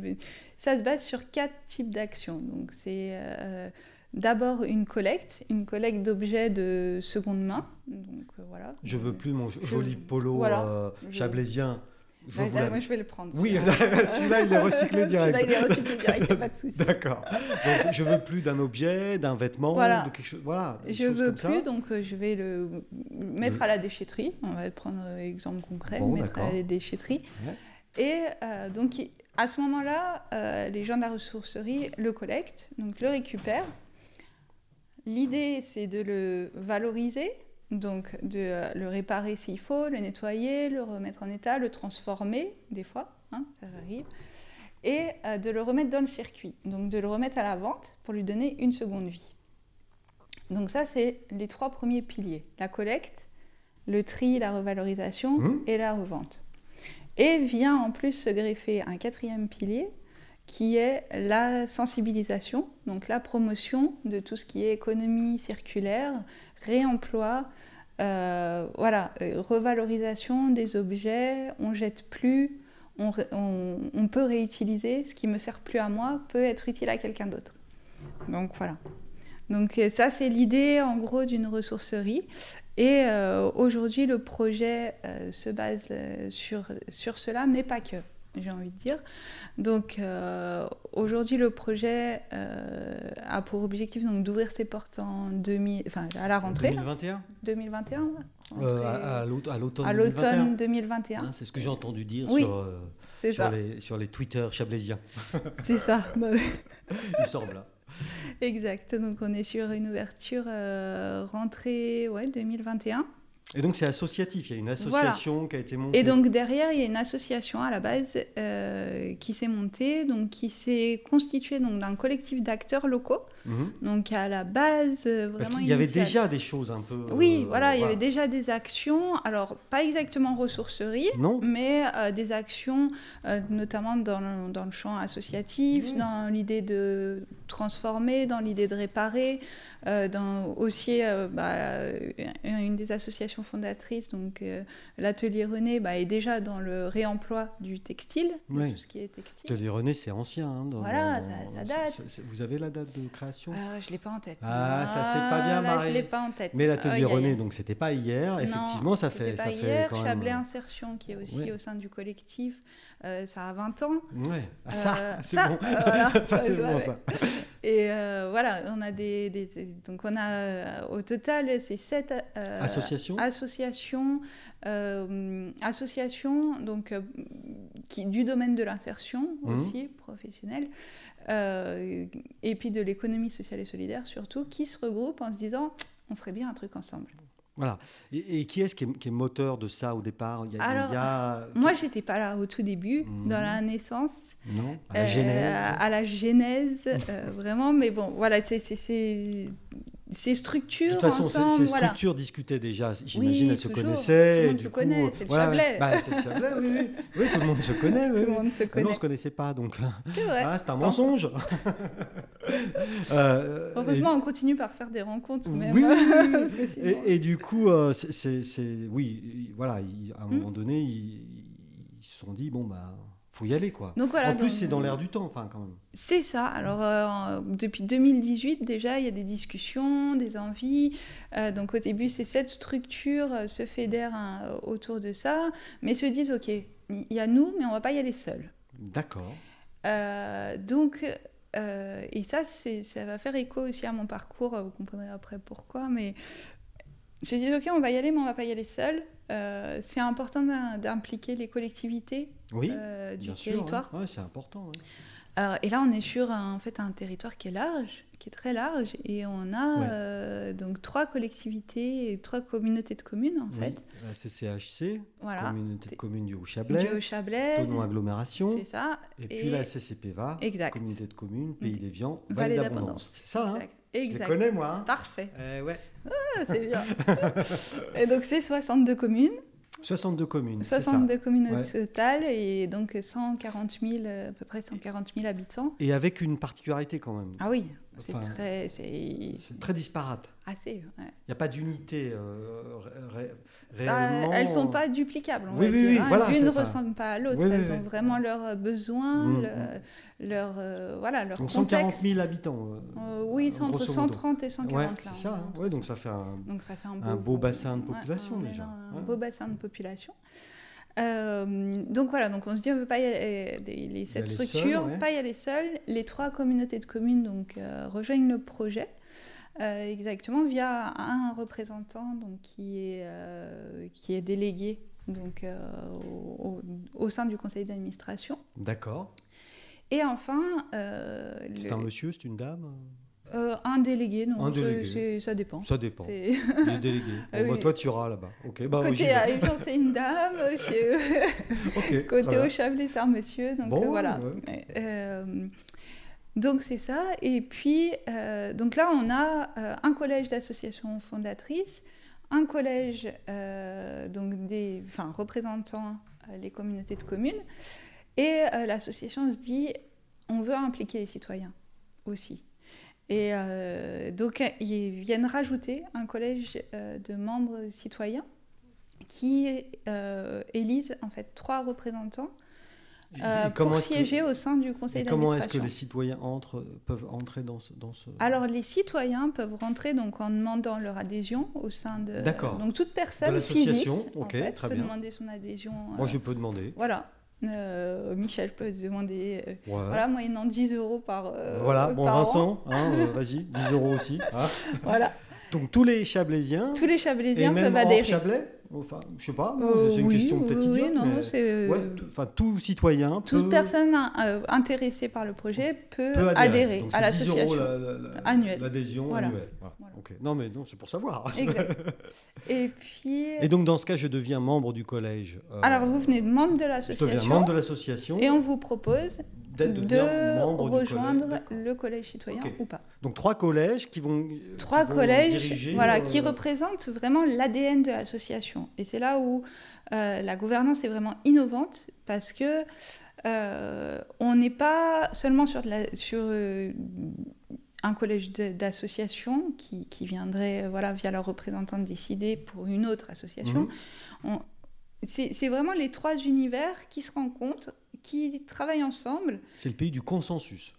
A: ça se base sur quatre types d'actions. Donc c'est euh, d'abord une collecte, une collecte d'objets de seconde main. Donc euh, voilà.
B: Je veux plus mon jo-
A: Je-
B: joli polo
A: voilà,
B: euh,
A: je-
B: chablaisien. Je
A: Bah,
B: vous
A: ça,
B: la-
A: moi, je vais le prendre.
B: Oui,
A: celui-là.
B: celui-là, il est recyclé
A: Celui-là, il
B: direct.
A: est recyclé direct, y a pas de souci.
B: D'accord. Donc, je veux plus d'un objet, d'un vêtement,
A: Voilà.
B: de quelque chose. Voilà. des
A: Je
B: choses
A: veux
B: comme ça.
A: plus, donc euh, je vais le mettre
B: Le-
A: à la déchetterie. On va prendre un exemple concret,
B: Bon,
A: mettre à
B: d'accord.
A: la déchetterie.
B: Ouais.
A: Et euh, donc i- à ce moment-là, euh, les gens de la ressourcerie le collectent, donc le récupèrent. L'idée, c'est de le valoriser, donc de euh, le réparer s'il faut, le nettoyer, le remettre en état, le transformer des fois, hein, ça arrive, et euh, de le remettre dans le circuit, donc de le remettre à la vente pour lui donner une seconde vie. Donc ça, c'est les trois premiers piliers, la collecte, le tri, la revalorisation
B: Mhm.
A: et la revente. Et vient en plus se greffer un quatrième pilier qui est la sensibilisation, donc la promotion de tout ce qui est économie circulaire, réemploi, euh, voilà, euh, revalorisation des objets, on jette plus, on, ré- on- on peut réutiliser, ce qui me sert plus à moi peut être utile à quelqu'un d'autre. Donc voilà. Donc euh, ça c'est l'idée en gros d'une ressourcerie. Et euh, aujourd'hui le projet euh, se base euh, sur, sur cela, mais pas que, j'ai envie de dire. Donc euh, aujourd'hui, le projet euh, a pour objectif donc, d'ouvrir ses portes en 2000, enfin, à la rentrée
B: 2021
A: 2021.
B: Euh,
A: rentrée-
B: à- À l'aut- à l'automne
A: à
B: 2021.
A: l'automne 2021.
B: Hein, C'est ce que j'ai entendu dire
A: Oui,
B: sur, euh,
A: c'est
B: sur,
A: ça.
B: les, sur les Twitter chablaisiens,
A: C'est ça. Bah, Non, mais-
B: il me semble.
A: exact. Donc on est sur une ouverture euh, rentrée ouais, 2021.
B: Et donc, c'est associatif. Il y a une association qui a été montée.
A: Et donc derrière, il y a une association à la base euh, qui s'est montée, donc qui s'est constituée donc, d'un collectif d'acteurs locaux.
B: Mhm.
A: Donc à la base, euh, vraiment.
B: Parce qu'il y avait
A: initiale.
B: déjà des choses un peu.
A: Oui,
B: euh,
A: voilà, il y avait déjà des actions, alors pas exactement ressourcerie,
B: Non
A: mais euh, des actions euh, notamment dans le, dans le champ associatif,
B: Mmh.
A: dans l'idée de transformer, dans l'idée de réparer, euh, dans aussi euh, bah, une des associations fondatrices, donc euh, l'atelier René, bah, est déjà dans le réemploi du textile, de
B: Oui.
A: tout ce qui est textile.
B: Atelier René, c'est ancien. hein, dans-
A: Voilà,
B: dans-
A: ça- ça
B: c'est-
A: date.
B: c'est- c'est- vous avez la date de création
A: Ah, je l'ai pas en tête.
B: Ah, ça, c'est pas bien,
A: Ah, là,
B: Marie.
A: Je l'ai pas en tête. Euh,
B: Mais l'atelier
A: Aïe, aïe,
B: René,
A: aïe.
B: donc c'était pas hier.
A: Non,
B: Effectivement, ça
A: C'était
B: fait,
A: pas
B: ça
A: hier,
B: fait quand même. euh,
A: Chablais Insertion, qui est aussi
B: Ouais.
A: au sein du collectif, euh, ça a 20 ans.
B: Ouais. Ah, ça,
A: Euh,
B: c'est
A: ça,
B: bon.
A: euh, voilà,
B: ça, c'est
A: je
B: bon,
A: l'avais.
B: ça.
A: Et euh, voilà, on a des, des- des- donc on a euh, au total c'est sept euh,
B: Association
A: associations, euh, associations, donc euh, qui du domaine de l'insertion
B: Mhm.
A: aussi professionnelle, euh, et puis de l'économie sociale et solidaire surtout, qui se regroupent en se disant on ferait bien un truc ensemble.
B: Voilà. Et, et qui est-ce qui est, qui est moteur de ça au départ Il y a. il y
A: Alors,
B: a-
A: Moi, j'étais pas là au tout début,
B: Mhm.
A: dans la naissance.
B: Non À la
A: euh,
B: genèse.
A: à la genèse, euh, vraiment. Mais bon, voilà, c'est- c'est- c'est ces structures
B: De toute façon,
A: ensemble,
B: ces, ces
A: voilà.
B: structures discutaient déjà. J'imagine
A: Oui,
B: elles se
A: toujours.
B: connaissaient.
A: Tout le monde
B: et du
A: se
B: coup,
A: connaît,
B: euh,
A: c'est le
B: voilà,
A: Chablais.
B: Bah, c'est le Chablais, oui, oui. Oui, tout le monde se connaît. oui,
A: Tout le
B: oui.
A: monde se
B: Mais Ah non, on
A: connaît.
B: ne se connaissait pas, donc.
A: C'est vrai.
B: Ah, c'est un mensonge Euh,
A: Heureusement, on continue par faire des rencontres.
B: Oui,
A: Même, hein,
B: oui, oui,
A: parce que
B: et,
A: sinon-
B: et- et du coup, euh, c'est- c'est. c'est- Oui, il- voilà, il- à un
A: Mm.
B: moment donné, ils, ils se sont dit bon, bah, faut y aller, quoi.
A: Donc voilà.
B: en plus,
A: donc-
B: c'est dans l'air du temps, enfin, quand même.
A: C'est ça. Alors, euh, depuis 2018, déjà, il y a des discussions, des envies. Euh, donc, au début, c'est cette structure euh, se fédère hein, autour de ça, mais se disent OK, il y a nous, mais on va pas y aller seul.
B: D'accord.
A: Euh, donc, euh, et ça, c'est- ça va faire écho aussi à mon parcours. Vous comprendrez après pourquoi, mais j'ai dit OK, on va y aller, mais on va pas y aller seul. Euh, c'est important d'im- d'impliquer les collectivités
B: Oui,
A: euh, du
B: bien sûr.
A: territoire.
B: hein. Ouais, c'est important. ouais.
A: Euh, et là, on est sur un, en fait un territoire qui est large, qui est très large, et on a
B: Ouais.
A: euh, donc trois collectivités, et trois communautés de communes en
B: Oui,
A: fait.
B: la CCHC,
A: Voilà,
B: communauté de
A: T'es-
B: communes du
A: du
B: Haut-Chablais,
A: Chablais,
B: Tonon Agglomération,
A: c'est ça.
B: et puis
A: et-
B: la CCPVA,
A: Exact.
B: communauté de communes, Pays
A: Donc,
B: des Vians,
A: Vallée
B: Vallée d'Abondance.
A: d'Abondance.
B: C'est ça, hein
A: Exact.
B: Je les
A: exact.
B: connais, moi. hein.
A: Parfait,
B: Euh, ouais.
A: Ah, c'est bien. et donc c'est 62 communes,
B: 62 communes, c'est ça.
A: 62 communes au
B: Ouais.
A: total, et donc 140 000, euh, à peu près 140 000 habitants.
B: Et avec une particularité quand même.
A: Ah oui, c'est
B: Enfin,
A: très, c'est
B: C'est très disparate.
A: assez. ouais.
B: Il n'y a pas d'unité euh, ré- ré-
A: Ah,
B: réellement. euh,
A: elles sont pas duplicables. On
B: Oui,
A: va
B: oui,
A: dire,
B: oui,
A: hein.
B: voilà, c'est
A: L'une ne
B: pas-
A: ressemble pas à l'autre.
B: Oui, oui,
A: elles
B: oui.
A: ont vraiment leurs besoins,
B: Mm,
A: le- leur, euh, voilà, leur
B: Donc 140
A: contexte.
B: 000 habitants. euh,
A: Euh, oui, c'est entre
B: grosso modo.
A: 130 et 140.
B: Ouais,
A: là,
B: c'est
A: on
B: ça.
A: est
B: hein.
A: entre
B: Ouais,
A: ça.
B: donc ça fait un.
A: Donc ça fait un beau,
B: un beau bassin de
A: Ouais,
B: population,
A: on est
B: déjà.
A: dans Un
B: Ouais.
A: beau bassin de population. Euh, donc voilà, donc on se dit on ne veut pas y aller, euh, les, les sept
B: aller seul,
A: structures,
B: ouais.
A: pas y aller seul. Les trois communautés de communes donc euh, rejoignent le projet. euh, exactement via un représentant donc qui est euh, qui est délégué donc euh, au, au- au sein du conseil d'administration
B: D'accord.
A: et enfin euh,
B: C'est
A: le-
B: un monsieur, c'est une dame
A: euh, un délégué non
B: Un
A: c'est-
B: délégué.
A: c'est- ça dépend
B: Ça dépend.
A: c'est
B: Il est délégué. Bon,
A: Ah
B: bah,
A: oui.
B: toi, tu iras là-bas. Ok, bah, j'y
A: côté
B: vais.
A: à Évian, c'est une dame, chez eux,
B: Ok, très
A: côté
B: bien.
A: au Chablais, c'est un monsieur. Donc
B: Bon,
A: euh, voilà.
B: ouais.
A: Euh, donc c'est ça. Et puis, euh, donc là, on a euh, un collège d'associations fondatrices, un collège euh, donc des, enfin, représentant euh, les communautés de communes, et euh, l'association se dit, on veut impliquer les citoyens aussi. Et euh, donc, ils viennent rajouter un collège euh, de membres citoyens qui euh, élisent en fait trois représentants
B: Et- et
A: euh,
B: comment
A: pour
B: est-ce que-
A: siéger au sein du
B: et
A: conseil
B: Comment est-ce que
A: d'administration.
B: les citoyens entrent, peuvent entrer dans ce. Dans ce...
A: Alors les citoyens peuvent rentrer donc en demandant leur adhésion au sein de
B: D'accord.
A: donc toute
B: De
A: personne physique
B: l'association,
A: en
B: ok,
A: fait,
B: très
A: peut
B: bien.
A: demander son adhésion.
B: Moi,
A: euh,
B: je peux demander.
A: Voilà. Euh, Michel peut se demander euh,
B: Ouais.
A: voilà moyennant 10 euros par euh,
B: Voilà, bon
A: par an.
B: Vincent, hein, euh, vas-y, 10 euros aussi. hein.
A: Voilà.
B: Donc tous les Chablaisiens,
A: Tous les
B: et
A: Chablaisiens
B: même
A: peuvent
B: hors
A: adhérer.
B: Chablais, enfin, je sais pas,
A: Euh,
B: c'est une
A: oui,
B: question peut-être
A: oui, oui,
B: idiote,
A: non,
B: mais-
A: c'est euh,
B: Ouais, tout- enfin, tout citoyen
A: toute
B: peut,
A: personne euh, intéressée par le projet peut,
B: peut
A: adhérer,
B: Donc,
A: à
B: c'est 10 euros
A: l'association.
B: la- la- la-
A: annuelle.
B: L'adhésion
A: Voilà.
B: annuelle. Voilà.
A: Voilà.
B: Ok. Non, mais non, c'est pour savoir.
A: Exact. Et puis,
B: Et donc dans ce cas, je deviens membre du collège. euh,
A: alors vous venez membre de
B: je deviens membre de
A: l'association
B: l'association
A: et on vous propose de,
B: d'être devenir membre du
A: rejoindre euh,
B: collège. D'accord.
A: le collège citoyen
B: Ok.
A: ou pas.
B: Donc trois collèges qui vont euh, qui
A: Trois
B: vont
A: collèges
B: diriger,
A: voilà,
B: euh,
A: qui représentent vraiment l'ADN de l'association. Et c'est là où euh, la gouvernance est vraiment innovante parce que euh, on n'est pas seulement sur, de la- sur euh, un collège de- d'associations qui, qui viendrait euh, voilà, via leur représentant décider pour une autre association.
B: Mhm.
A: On- c'est c'est vraiment les trois univers qui se rencontrent, qui travaillent ensemble.
B: C'est le pays du consensus.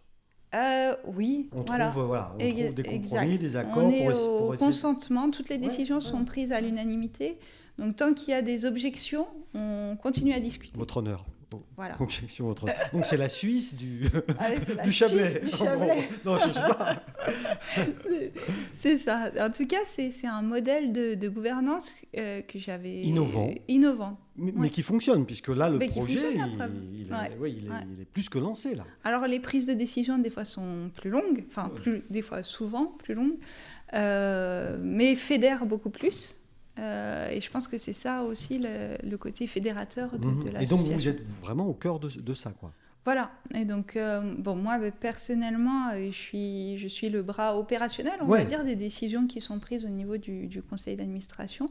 A: Euh, oui,
B: On
A: voilà.
B: trouve, euh, voilà, on
A: Ex-
B: trouve des compromis,
A: exact.
B: des accords
A: On est
B: pour, essa-
A: au
B: pour essayer.
A: consentement, toutes les
B: Ouais,
A: décisions
B: ouais.
A: sont prises à l'unanimité. Donc tant qu'il y a des objections, on continue à discuter.
B: Votre honneur.
A: Voilà.
B: Objection, votre honneur. Donc c'est la Suisse du,
A: Ah ouais, c'est Ah. la
B: du Chablais.
A: Suisse du
B: en gros.
A: Chablais.
B: Non, je sais pas.
A: C'est- c'est ça. En tout cas, c'est c'est un modèle de, de gouvernance euh, que j'avais
B: Innovant.
A: innovant.
B: Mais, mais
A: Ouais.
B: qui fonctionne, puisque là, le
A: Mais qui
B: projet,
A: fonctionne, la preuve.
B: il, il est,
A: Ouais.
B: ouais, il, est,
A: Ouais.
B: il est plus que lancé, là.
A: Alors les prises de décision des fois sont plus longues, enfin
B: Ouais.
A: plus, des fois souvent plus longues, euh, mais fédèrent beaucoup plus. Euh, et je pense que c'est ça aussi le, le côté fédérateur de,
B: Mhm.
A: de
B: Et donc,
A: l'association.
B: vous êtes vraiment au cœur de, de ça, quoi.
A: Voilà. Et donc, euh, bon, moi, ben, personnellement, euh, je suis, je suis le bras opérationnel, on
B: Ouais.
A: va dire, des décisions qui sont prises au niveau du, du conseil d'administration.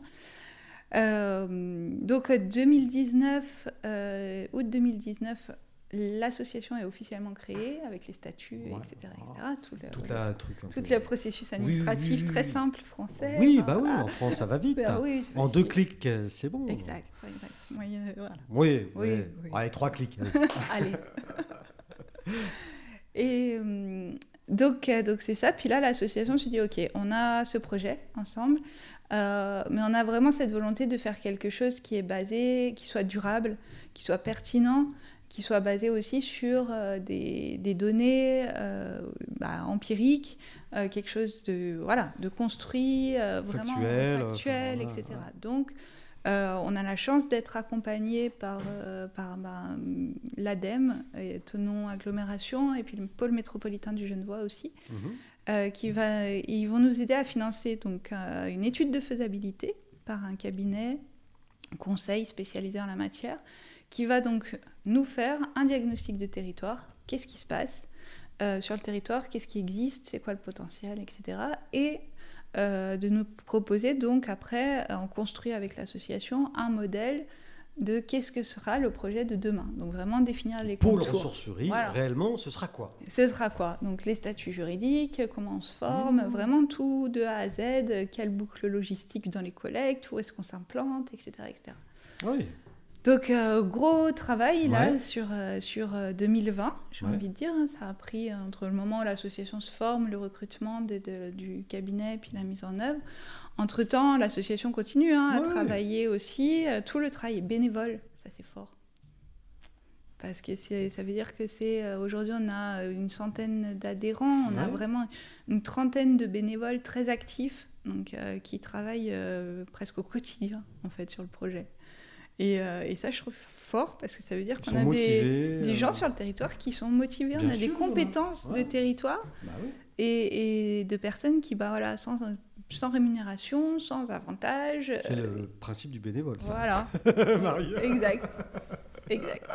A: Euh, donc, euh, 2019, euh, août 2019, l'association est officiellement créée avec les statuts,
B: Ouais.
A: etc., etc. Tout le,
B: Tout Ah. la truc. un
A: tout
B: peu-
A: le processus
B: oui, oui,
A: administratif
B: oui,
A: très
B: oui.
A: simple français.
B: Oui,
A: hein,
B: bah oui,
A: voilà.
B: en France, ça va vite.
A: Ben oui, c'est
B: En deux
A: facile.
B: clics, euh, c'est bon.
A: Exact, exact. Oui, euh, voilà.
B: Oui, oui.
A: Oui, oui.
B: Allez, trois clics. allez.
A: Allez. Et euh, donc, euh, donc c'est ça. Puis là, l'association se dit, OK, on a ce projet ensemble, euh, mais on a vraiment cette volonté de faire quelque chose qui est basé, qui soit durable, qui soit pertinent, qui soit basé aussi sur euh, des, des données euh, bah, empiriques, euh, quelque chose de, voilà, de construit, euh, vraiment
B: Factuel,
A: factuel,
B: enfin, voilà,
A: etc.
B: ouais.
A: Donc, euh, on a la chance d'être accompagné par, euh, par ben, l'ADEME, et Tonon Agglomération, et puis le pôle métropolitain du Genevois aussi,
B: Mhm.
A: euh, qui va, ils vont nous aider à financer donc, euh, une étude de faisabilité par un cabinet conseil spécialisé en la matière, qui va donc nous faire un diagnostic de territoire, qu'est-ce qui se passe euh, sur le territoire, qu'est-ce qui existe, c'est quoi le potentiel, etc. Et euh, de nous proposer donc après, euh, on construit avec l'association un modèle de qu'est-ce que sera le projet de demain. Donc vraiment définir les
B: Pôle
A: contours.
B: ressourcerie,
A: Voilà.
B: réellement, ce sera quoi
A: Ce sera quoi Donc les statuts juridiques, comment on se forme, vraiment tout de A à Z, quelle boucle logistique dans les collectes, où est-ce qu'on s'implante, etc., etc.
B: Oui.
A: Donc euh, gros travail là
B: Ouais.
A: sur, euh, sur euh, 2020, j'ai
B: Ouais.
A: envie de dire. hein. Ça a pris euh, entre le moment où l'association se forme, le recrutement de- de- du cabinet, puis la mise en œuvre. Entre-temps, l'association continue hein, à
B: Ouais.
A: travailler aussi. Euh, Tout le travail est bénévole, ça c'est fort. Parce que c'est- ça veut dire que c'est euh, aujourd'hui on a une centaine d'adhérents, on a
B: Ouais.
A: vraiment une trentaine de bénévoles très actifs, donc euh, qui travaillent euh, presque au quotidien en fait sur le projet. Et, euh, et ça je trouve fort parce que ça veut dire
B: Ils
A: qu'on
B: sont
A: a des,
B: motivés.
A: des
B: euh,
A: gens sur le territoire qui sont motivés,
B: Bien
A: on a des
B: sûr, hein.
A: compétences
B: ouais.
A: de territoire
B: bah oui.
A: et, et de personnes qui bah voilà sans sans rémunération, sans avantage.
B: C'est
A: euh,
B: le principe du bénévole, ça.
A: Voilà,
B: Marie.
A: exact, exact.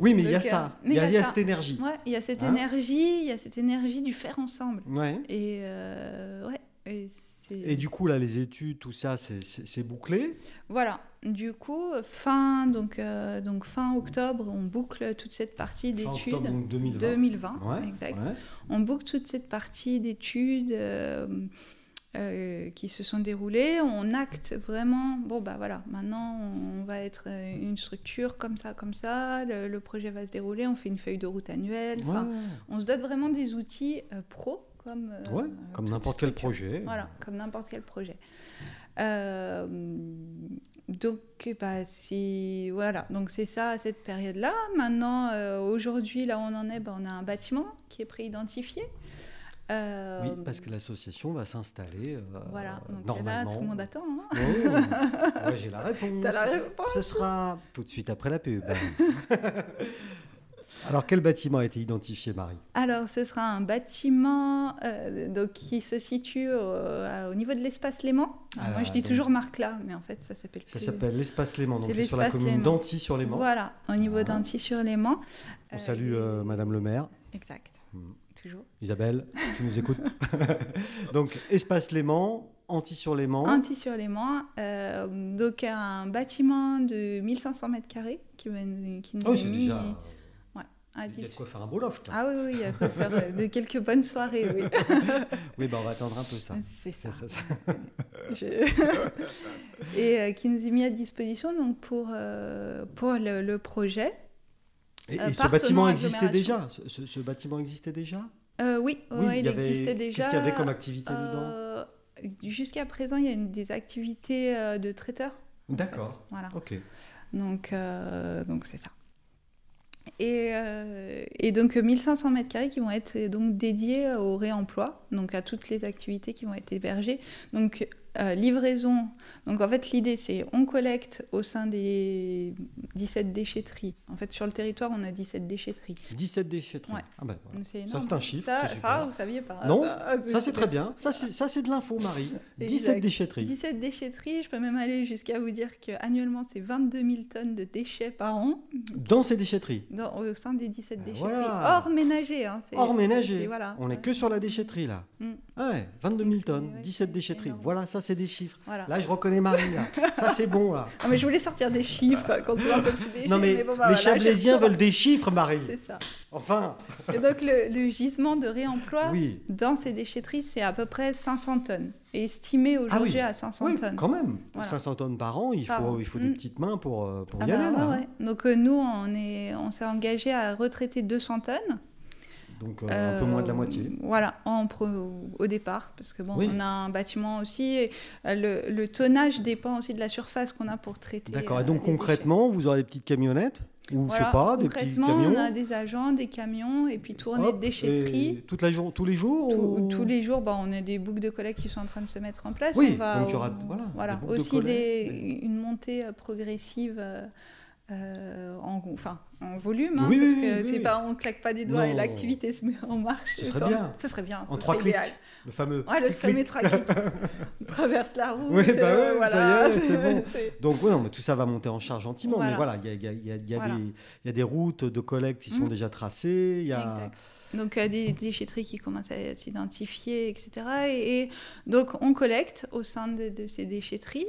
B: Oui, mais il y a
A: Donc, euh,
B: ça.
A: mais
B: Il y
A: il
B: a,
A: y a
B: il y a
A: ça.
B: cette énergie.
A: Ouais, il y a cette
B: Hein
A: énergie, il y a cette énergie du faire ensemble.
B: Ouais.
A: Et euh, ouais, et c'est
B: Et du coup, là, les études, tout ça, c'est- c'est c'est bouclé.
A: voilà. Du coup, fin donc euh, donc fin octobre, on boucle toute cette partie
B: Fin
A: d'études.
B: octobre, donc 2020.
A: 2020,
B: Ouais,
A: exact.
B: ouais.
A: On boucle toute cette partie d'études euh, euh, qui se sont déroulées. On acte vraiment, bon bah voilà, maintenant on va être euh, une structure comme ça, comme ça, le, le projet va se dérouler, on fait une feuille de route annuelle. Enfin, euh,
B: Ouais.
A: On se donne vraiment des outils euh, pro comme, euh,
B: Ouais, comme
A: toute
B: n'importe quel
A: structure.
B: projet.
A: Voilà, comme n'importe quel projet. Euh, donc, bah, c'est voilà. Donc c'est ça à cette période-là. Maintenant, euh, aujourd'hui, là où on en est, bah, on a un bâtiment qui est pré-identifié. Euh,
B: Oui, parce que l'association va s'installer euh,
A: voilà. Donc là,
B: normalement.
A: tout le monde attend. hein.
B: Oh, moi, j'ai la réponse.
A: T'as la réponse
B: Ce sera tout de suite après la pub. Alors, quel bâtiment a été identifié, Marie
A: Alors, ce sera un bâtiment euh, donc, qui se situe au, à- au niveau de l'espace Léman. Alors,
B: Ah,
A: moi, je dis
B: donc-
A: toujours Marc là, mais en fait, ça s'appelle.
B: Ça
A: plus-
B: s'appelle l'espace Léman. Donc,
A: c'est
B: c'est sur la
A: l'espace
B: commune
A: Léman.
B: d'Anty sur Léman.
A: Voilà, au niveau
B: Ah.
A: d'Antilles sur Léman.
B: On salue euh, Madame le maire.
A: Exact.
B: Mm.
A: Toujours.
B: Isabelle, tu nous écoutes. Donc, espace Léman, Anti sur Léman.
A: Anti sur les mains. donc un bâtiment de 1500 mètres carrés qui, va nous- qui nous
B: Oh,
A: est
B: c'est
A: mis
B: déjà.
A: à
B: Il y a de
A: 10.
B: quoi faire un beau loft. là.
A: Ah oui, oui, il y a quoi faire euh, de quelques bonnes soirées, oui.
B: Oui, bah, on va attendre un peu ça.
A: Ah. C'est ça. Euh,
B: Ça, ça, ça.
A: Je- Et euh, qui nous est mis à disposition donc, pour, euh, pour le, le projet.
B: Et,
A: Euh,
B: et ce
A: partenaire
B: bâtiment existait
A: agglomération.
B: déjà ce, ce- ce bâtiment existait déjà
A: Euh, oui, ouais,
B: il
A: il,
B: y avait-
A: existait déjà.
B: Qu'est-ce qu'il y avait comme activité dedans
A: Euh, Jusqu'à présent, il y a une, des activités euh, de traiteurs. en fait.
B: D'accord.
A: Voilà.
B: Ok.
A: Donc, euh, donc c'est ça. Et, euh, et donc 1500 mètres carrés qui vont euh, être donc dédiés au réemploi, donc à toutes les activités qui vont être hébergées. Donc euh, livraison. Donc en fait, l'idée, c'est on collecte au sein des 17 déchetteries. En fait, sur le territoire, on a 17 déchetteries.
B: 17 déchetteries.
A: Ouais.
B: Ah ben, voilà.
A: Donc, c'est
B: Ça,
A: énorme.
B: c'est un chiffre.
A: Ça,
B: c'est super.
A: ça, vous saviez pas.
B: non, ça, c'est très bien. Ça, c'est ça, c'est de l'info, Marie. 17
A: Exact.
B: déchetteries.
A: 17 déchetteries, je peux même aller jusqu'à vous dire qu'annuellement, c'est 22 000 tonnes de déchets par an
B: Dans ces déchetteries.
A: dans- au sein des 17
B: Ben
A: déchetteries.
B: voilà.
A: Hors ménager. hein, c'est-
B: Hors ménager.
A: c'est- voilà.
B: On n'est
A: Ouais.
B: que sur la déchetterie, là.
A: Mm.
B: Ouais, 22 000
A: C'est-
B: tonnes,
A: ouais,
B: 17
A: c'est
B: déchetteries.
A: énorme.
B: Voilà, ça, c'est des chiffres.
A: Voilà.
B: Là, je reconnais Marie. là. Ça, c'est bon, là.
A: Ah, mais je voulais sortir des chiffres, qu'on soit un peu plus léger.
B: Ah. Non, mais,
A: bon, bah,
B: les
A: voilà,
B: Chablaisiens
A: j'ai-
B: veulent des chiffres, Marie.
A: C'est ça.
B: Enfin,
A: Et donc, le, le gisement de réemploi
B: oui.
A: dans ces déchetteries, c'est à peu près 500 tonnes. Et estimé aujourd'hui à 500
B: Ah Oui,
A: tonnes.
B: quand même.
A: Voilà.
B: 500 tonnes par an, il
A: Par
B: faut,
A: an.
B: il faut des
A: Mm.
B: petites mains pour, euh, pour
A: Ah
B: y
A: bah
B: aller, là.
A: ouais, ouais. Donc, euh, nous, on est- on s'est engagé à retraiter 200 tonnes.
B: Donc, euh, un peu moins de la
A: Euh,
B: moitié.
A: Voilà, en pro- au départ, parce que bon,
B: Oui.
A: on a un bâtiment aussi, et, euh, le, le tonnage dépend aussi de la surface qu'on a pour traiter.
B: D'accord.
A: euh,
B: Et donc,
A: les déchets.
B: concrètement, vous aurez des petites camionnettes Ou, je
A: Voilà,
B: sais pas, des petits
A: concrètement,
B: camions
A: On a des agents, des camions, et puis tournée
B: Hop,
A: de déchetterie.
B: et Toute la jour, tous les jours
A: Tous-
B: ou-
A: Tous les jours, bah, on a des boucles de collecte qui sont en train de se mettre en place.
B: Oui,
A: on va
B: donc il y
A: au-
B: aura- voilà, des boucles de
A: aussi des-
B: collecte,
A: une montée euh, progressive euh, euh, en, go- enfin, en volume, hein,
B: Oui,
A: parce
B: oui,
A: que
B: oui,
A: c'est
B: oui.
A: pas on claque pas des doigts et
B: Non.
A: l'activité se met en marche.
B: Ce serait
A: Ça-
B: bien.
A: Ce serait bien. ce
B: En
A: serait
B: trois clics.
A: idéal.
B: Le fameux.
A: Ouais, le
B: clic-clic.
A: fameux trois clics. On traverse la route.
B: Oui, bah
A: euh,
B: ouais, ça
A: voilà.
B: y est, c'est bon.
A: C'est-
B: Donc ouais, non, mais tout ça va monter en charge gentiment. Mais voilà,
A: Voilà.
B: il y a, il y a- il y a- il y a
A: Voilà.
B: des- il y a des routes de collecte qui sont
A: Mm.
B: déjà tracées. Il y a...
A: Exact. Donc, euh, des déchetteries qui commencent à s'identifier, etc. Et, et donc, on collecte au sein de, de ces déchetteries.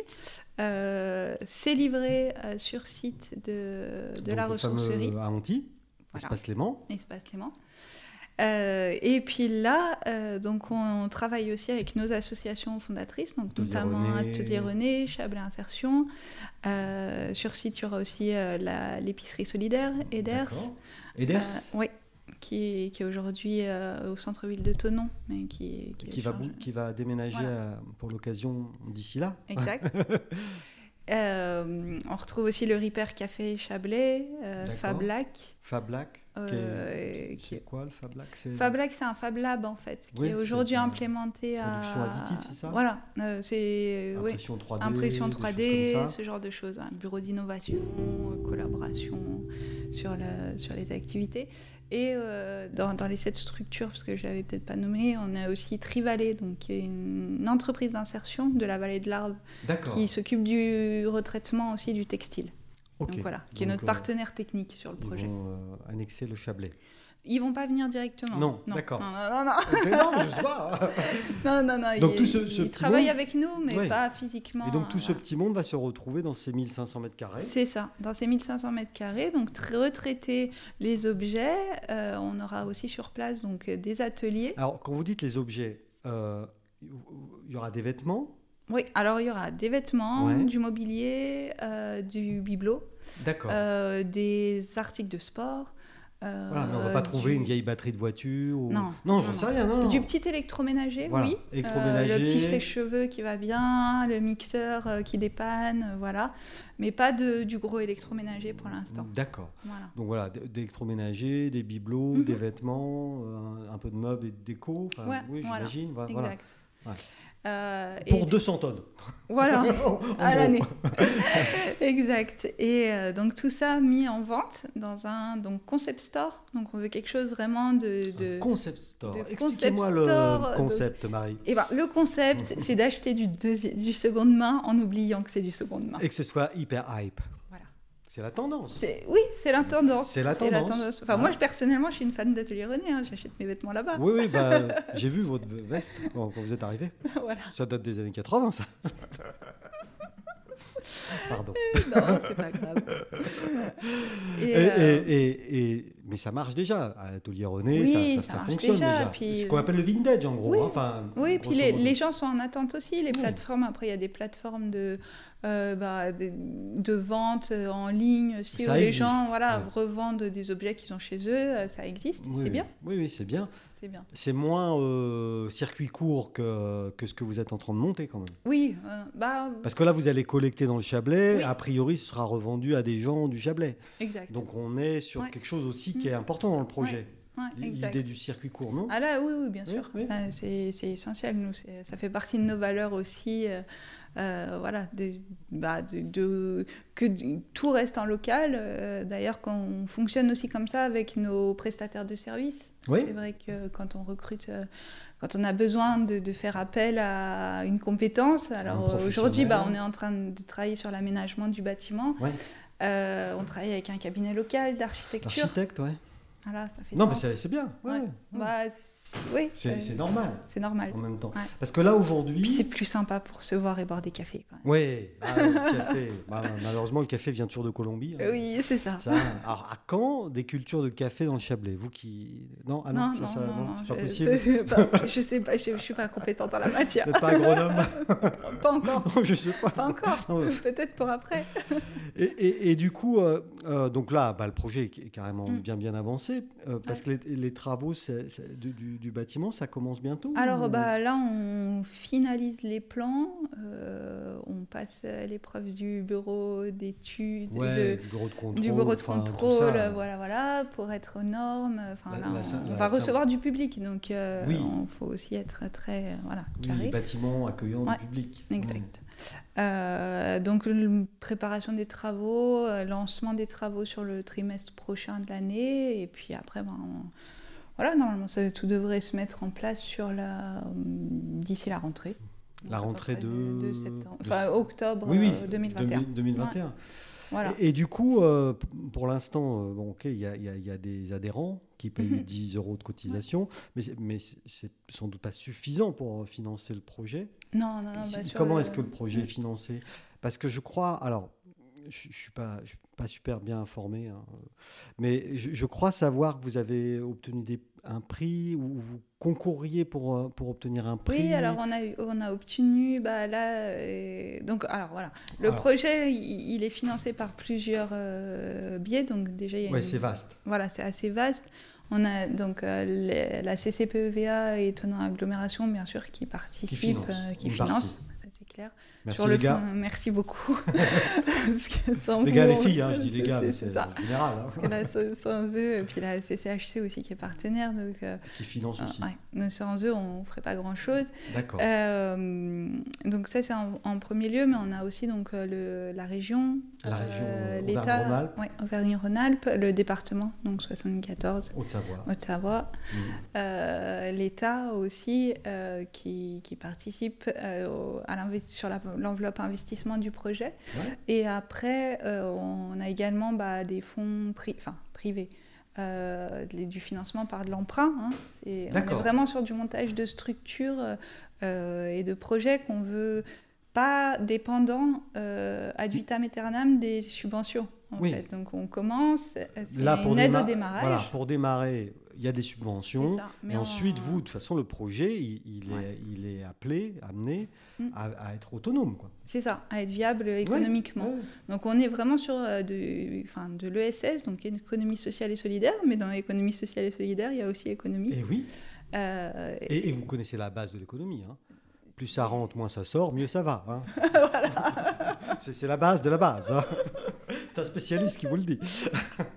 A: Euh, c'est livré euh, sur site de, de
B: donc
A: la
B: le fameux
A: ressourcerie,
B: À Antilles,
A: Voilà.
B: espace Léman.
A: Espace Léman. Euh, et puis là, euh, donc on travaille aussi avec nos associations fondatrices, donc
B: Atelier
A: notamment
B: René.
A: Atelier René, Chablais Insertion. Euh, sur site, il y aura aussi euh, la- l'épicerie solidaire, Eders.
B: D'accord. Eders,
A: Euh, oui, qui est, qui est aujourd'hui euh, au centre-ville de Tonon, mais qui, est
B: qui, va,
A: chargé-
B: bou- qui va déménager
A: Voilà.
B: à- pour l'occasion d'ici là.
A: Exact. Euh, on retrouve aussi le Repair Café Chablais, euh,
B: D'accord.
A: Fab Lac.
B: Fab Lac. qui est-
A: euh, qui-
B: C'est quoi le Fab Lac C'est-
A: Fab Lac, c'est un Fab Lab en fait, qui
B: Oui,
A: est
B: c'est
A: aujourd'hui
B: de la
A: implémenté à.
B: production additive, c'est ça Ah,
A: Voilà, euh, c'est. oui,
B: Impression 3D.
A: Impression
B: des choses
A: 3D,
B: comme ça.
A: ce genre de choses, un bureau d'innovation, euh, collaboration sur, la- sur les activités. Et euh, dans, dans les sept structures, parce que je l'avais peut-être pas nommé, on a aussi Trivalet, donc qui est une entreprise d'insertion de la vallée de l'Arve,
B: D'accord.
A: qui s'occupe du retraitement aussi du textile.
B: Ok.
A: Donc voilà, qui est
B: Donc,
A: notre
B: euh,
A: partenaire technique sur le
B: Ils
A: projet.
B: vont euh, annexer le Chablais.
A: Ils vont pas venir directement.
B: Non, d'accord.
A: Non, non, non, non.
B: Ok, non, je sais pas.
A: non, non, non,
B: Donc
A: ils,
B: tout ce- ce
A: ils
B: petit
A: travaillent
B: monde-
A: avec nous, mais
B: Ouais.
A: pas physiquement.
B: Et donc tout
A: euh,
B: ce petit monde va se retrouver dans ces 1500 mètres carrés.
A: C'est ça, dans ces 1500 mètres carrés, donc tr- retraiter les objets, euh, on aura aussi sur place donc euh, des ateliers.
B: Alors, quand vous dites les objets, euh, il y aura des vêtements,
A: Oui, alors il y aura des vêtements,
B: Ouais.
A: du mobilier, euh, du bibelot,
B: d'accord.
A: euh, des articles de sport. euh,
B: voilà, mais on va pas
A: du-
B: trouver une vieille batterie de voiture. Ou...
A: Non,
B: non,
A: non,
B: j'en
A: non.
B: sais rien. Non, non.
A: Du petit électroménager,
B: Voilà,
A: oui. Euh,
B: électroménager.
A: le petit sèche-cheveux qui va bien, le mixeur euh, qui dépanne, euh, voilà. Mais pas de, du gros électroménager pour l'instant.
B: D'accord.
A: Voilà.
B: Donc voilà, d- d'électroménager, des bibelots,
A: Mhm.
B: des vêtements, euh, un peu de meubles et de déco. Enfin,
A: Ouais,
B: oui,
A: voilà,
B: j'imagine. Voilà, Bah, voilà.
A: Exact.
B: Ouais.
A: Euh, et
B: Pour 200 tonnes. Oh,
A: Voilà.
B: En
A: à
B: gros.
A: l'année. exact. Et euh, donc tout ça mis en vente dans un donc concept store. Donc on veut quelque chose vraiment de. de...
B: Un Concept store.
A: de
B: Expliquez-moi
A: concept
B: le
A: store,
B: concept, Marie.
A: Eh ben, le concept, c'est d'acheter du, deuxi- du seconde main en oubliant que c'est du seconde main.
B: Et que ce soit hyper hype.
A: Voilà.
B: C'est la tendance.
A: C'est- Oui, c'est la tendance.
B: C'est la tendance.
A: Enfin,
B: Ouais.
A: moi, je- personnellement, je suis une fan d'Atelier René. hein. J'achète mes vêtements là-bas.
B: Oui, oui, bah, j'ai vu votre veste quand quand vous êtes arrivé.
A: voilà.
B: Ça date des années 80, ça. Pardon.
A: Non, c'est pas grave.
B: Et,
A: Et, euh,
B: et- et- et- mais ça marche déjà. À l'atelier René,
A: Oui,
B: ça- ça,
A: ça
B: ça
A: marche
B: fonctionne
A: déjà,
B: déjà.
A: puis- euh,
B: C'est ce qu'on appelle le vintage, en gros.
A: Oui.
B: hein. Enfin,
A: Oui, puis
B: grosso
A: les,
B: modo.
A: les gens sont en attente aussi. Les plateformes, après, il y a des plateformes de, euh, bah, des- de vente euh, en ligne aussi,
B: Ça
A: où les
B: existe,
A: gens voilà,
B: ouais.
A: revendent des objets qu'ils ont chez eux. euh, Ça existe,
B: Oui,
A: c'est
B: oui.
A: bien.
B: Oui, oui, c'est bien.
A: C'est bien.
B: C'est moins euh, circuit court que, que ce que vous êtes en train de monter, quand même.
A: Oui, euh, bah,
B: Parce que là, vous allez collecter dans le Chablais.
A: Oui.
B: A priori, ce sera revendu à des gens du Chablais.
A: exact.
B: Donc, on est sur
A: Ouais. Mm.
B: quelque chose aussi qui est important dans le projet.
A: Ouais. Ouais, exact.
B: L'idée du circuit court, non
A: Ah là, oui, oui, bien
B: Oui,
A: sûr.
B: oui.
A: Ah, C'est c'est essentiel. Nous, c'est- ça fait partie de nos valeurs aussi. euh, euh, voilà, des- bah, de, de- que du- tout reste en local. euh, D'ailleurs, quand on fonctionne aussi comme ça avec nos prestataires de services,
B: Oui.
A: c'est vrai que quand on recrute, euh, quand on a besoin de, de faire appel à une compétence, alors euh, aujourd'hui,
B: professionnel.
A: bah, on est en train de travailler sur l'aménagement du bâtiment.
B: Ouais.
A: Euh, on travaille avec un cabinet local d'architecture.
B: Architecte, ouais.
A: Voilà, ça fait
B: Non, mais
A: sens.
B: c'est c'est bien. ouais.
A: Ouais. Bah, c- oui,
B: C'est
A: euh,
B: c'est normal
A: c'est normal.
B: en même temps.
A: Ouais.
B: Parce que là,
A: Puis c'est
B: aujourd'hui.
A: plus sympa pour se voir et boire des cafés. Quand même.
B: Oui, le café. Bah, malheureusement, le café vient toujours de Colombie. hein.
A: Euh, Oui, c'est ça.
B: Ça, alors, à quand des cultures de café dans le Chablais Vous qui. Non, ah non, ça, ça- non, c'est pas
A: je,
B: possible.
A: c'est pas- je sais pas, je, je suis pas compétente en la matière.
B: Vous n'êtes pas agronome
A: Pas encore,
B: Non, Je sais pas.
A: pas encore.
B: Non, mais-
A: Peut-être pour après.
B: Et, et- et du coup, euh, euh, donc là, bah, le projet est ca- est carrément
A: Mm.
B: bien bien avancé, euh, parce que les, les travaux c'est- c'est- du, du- du bâtiment, ça commence bientôt
A: Alors
B: ou-
A: bah, là, on finalise les plans, euh, on passe à l'épreuve du bureau d'études,
B: Ouais,
A: de-
B: du bureau de contrôle.
A: du bureau de
B: enfin, tout
A: contrôle, euh,
B: ça.
A: voilà, voilà, pour être aux normes. Enfin,
B: La-
A: là,
B: la
A: on,
B: sy-
A: on
B: la
A: va
B: sym-
A: recevoir du public, donc euh,
B: Oui.
A: on faut aussi être très euh, voilà,
B: Oui,
A: carré.
B: bâtiment accueillant
A: Ouais,
B: du public.
A: Exact. Euh, donc, le- préparation des travaux, euh, lancement des travaux sur le trimestre prochain de l'année. Et puis après, ben, on- voilà, normalement, ça, tout devrait se mettre en place sur la, euh, d'ici la rentrée.
B: La
A: à peu
B: rentrée
A: près
B: de-
A: de septembre,
B: de-
A: enfin octobre
B: Oui, oui,
A: euh, 2021.
B: 2000- 2021.
A: Voilà.
B: Et, et du coup, euh, p- pour l'instant, euh, bon, ok, il y, a- il y a- il y a des adhérents qui payent
A: Mhm.
B: 10 euros de cotisation, mais c'est- mais c'est- c'est sans doute pas suffisant pour euh, financer le projet.
A: Non, non, non,
B: Si-
A: bah, sur
B: comment
A: le-
B: est-ce que le projet est financé Parce que je crois, alors, je ne suis, pas- je suis pas super bien informé, hein, euh, mais je, je crois savoir que vous avez obtenu des- un prix ou vous concourriez pour, euh, pour obtenir un prix.
A: Oui, alors on a, eu- on a obtenu, bah là, euh, donc alors voilà, le
B: Alors.
A: projet il, il est financé par plusieurs euh, biais, donc déjà il y a
B: Ouais,
A: une-
B: c'est vaste.
A: voilà, c'est assez vaste. On a donc euh, les- la CCPEVA E et Étonnant Agglomération, bien sûr, qui participent,
B: finance,
A: euh, qui
B: une
A: finance, ça c'est clair.
B: Merci
A: Sur
B: les
A: le
B: gars.
A: fond, merci beaucoup. Parce que sans
B: Les gars, les
A: vous,
B: filles, hein, je dis les gars, mais
A: c'est
B: c'est
A: ça.
B: en général, hein,
A: Parce que là, sans- sans eux, et puis la CCHC aussi qui est partenaire, donc euh,
B: qui finance
A: euh,
B: aussi.
A: ouais, mais sans eux, on ne ferait pas grand-chose.
B: D'accord.
A: Euh, donc ça c'est en, en premier lieu, mais on a aussi donc euh, le, la région,
B: La région, euh,
A: l'État,
B: Auvergne-Rhône-Alpes.
A: ouais, Auvergne-Rhône-Alpes, le département donc 74,
B: Haute-Savoie.
A: Haute-Savoie,
B: Mm.
A: euh, l'État aussi euh, qui, qui participe euh, au- à l'invest- sur la- l'enveloppe investissement du projet.
B: Ouais.
A: Et après euh, on a également bah, des fonds pri- enfin, privés. euh, des- du financement par de l'emprunt. hein. C'est- On est
B: D'accord.
A: vraiment sur du montage de structures euh, euh, et de projets qu'on veut pas dépendant euh, ad vitam aeternam des subventions. en
B: Oui.
A: fait. Donc on commence, euh, c'est
B: Là, pour
A: une aide
B: déma-
A: au démarrage.
B: Voilà, pour démarrer, il y a des
A: C'est
B: subventions.
A: ça. Mais
B: et
A: on-
B: ensuite, vous, de toute façon, le projet, il, il
A: Ouais.
B: est, il est appelé, amené
A: Mm.
B: à, à être autonome. Quoi.
A: C'est ça, à être viable économiquement.
B: Ouais.
A: Donc on est vraiment sur euh, de, enfin, de l'ESS, donc économie sociale et solidaire, mais dans l'économie sociale et solidaire, il y a aussi économie.
B: Et oui.
A: Euh,
B: Et, et vous connaissez la base de l'économie. hein. Plus ça rentre, moins ça sort, mieux ça va. hein. c'est, c'est la base de la base. hein. c'est un spécialiste qui vous le dit.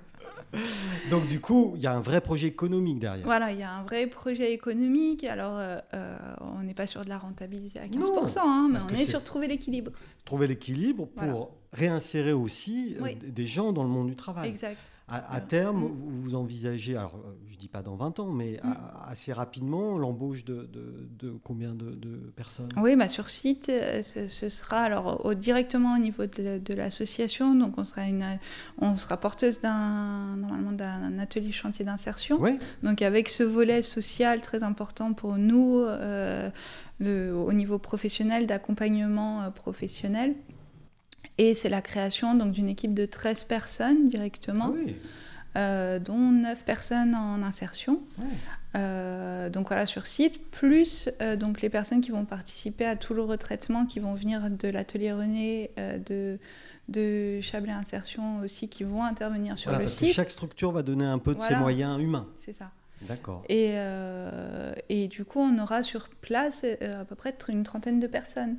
B: Donc du coup, il y a un vrai projet économique derrière.
A: Voilà, il y a un vrai projet économique. Alors, euh, euh, on n'est pas sûr de la rentabilité à 15%, hein, mais
B: parce
A: on
B: que
A: est
B: c'est-
A: sur trouver l'équilibre.
B: Trouver l'équilibre pour
A: Voilà.
B: réinsérer aussi euh,
A: Oui.
B: d- des gens dans le monde du travail.
A: Exact.
B: À, à
A: Parce que-
B: terme,
A: Mm.
B: vous vous envisagez, alors euh, je dis pas dans 20 ans, mais
A: Mm.
B: a- assez rapidement, l'embauche de, de- de combien de, de personnes
A: Oui, bah sur site, euh, ce, ce sera alors au- directement au niveau de, la- de l'association. Donc, on sera, une, on sera porteuse d'un normalement d'un atelier chantier d'insertion.
B: Ouais,
A: Donc, avec ce volet social très important pour nous euh, de- au niveau professionnel, d'accompagnement euh, professionnel. Et c'est la création donc d'une équipe de 13 personnes directement.
B: Ah oui.
A: euh, dont 9 personnes en insertion.
B: Ouais.
A: Euh, donc voilà, sur site, plus euh, donc les personnes qui vont participer à tout le retraitement, qui vont venir de l'atelier René, euh, de, de Chablais Insertion aussi, qui vont intervenir sur
B: Voilà,
A: le
B: parce que
A: site.
B: chaque structure va donner un peu de ses
A: Voilà.
B: moyens humains.
A: C'est ça.
B: D'accord.
A: Et, euh, et du coup, on aura sur place euh, à peu près une trentaine de personnes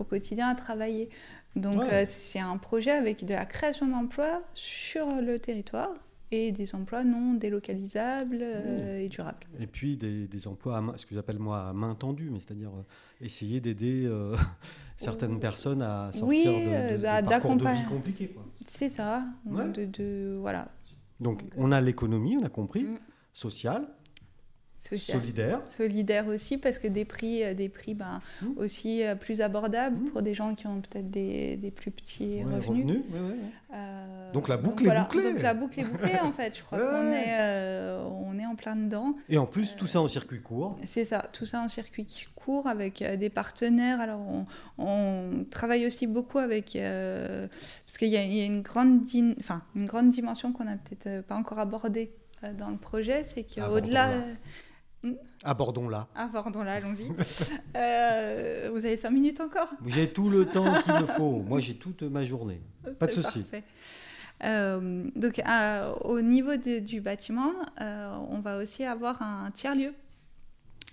A: au quotidien à travailler. Donc euh,
B: Ouais.
A: c'est un projet avec de la création d'emplois sur le territoire et des emplois non délocalisables
B: Mmh.
A: euh, et durables.
B: Et puis des, des emplois, à main- ce que j'appelle moi à main tendue, mais c'est-à-dire euh, essayer d'aider euh, certaines
A: Ou-
B: personnes à sortir
A: Mmh. Oui,
B: de, de,
A: euh,
B: de
A: bah,
B: parcours de vie
A: d'accompagn-
B: compliqués. quoi.
A: C'est ça.
B: Ouais.
A: De, de- voilà.
B: Donc
A: Donc,
B: on a l'économie, on a compris,
A: Mm.
B: sociale,
A: Social.
B: solidaire.
A: solidaire aussi parce que des prix euh, des prix ben,
B: Mm.
A: aussi euh, plus abordables
B: Mm.
A: pour des gens qui ont peut-être des, des plus petits
B: Ouais,
A: revenus.
B: revenus, ouais, ouais, ouais.
A: Euh,
B: Donc la boucle est bouclée.
A: Donc la boucle est bouclée en fait. Je crois
B: Ouais,
A: qu'on
B: ouais.
A: est, euh, on est en plein dedans.
B: Et en plus, tout ça en circuit court.
A: C'est ça, tout ça en circuit qui court avec euh, des partenaires. Alors, on, on travaille aussi beaucoup avec. euh, parce qu'il y a, il y a une, grande din- enfin, une grande dimension qu'on n'a peut-être euh, pas encore abordée euh, dans le projet, c'est qu'au-delà.
B: Abordons-la. Abordons-la.
A: Abordons-la, allons-y. Euh, vous avez cinq minutes encore
B: J'ai tout le temps qu'il me faut. Moi, j'ai toute ma journée. Pas de
A: C'est
B: souci.
A: parfait. Euh, donc, à- au niveau de- du bâtiment, euh, on va aussi avoir un tiers-lieu.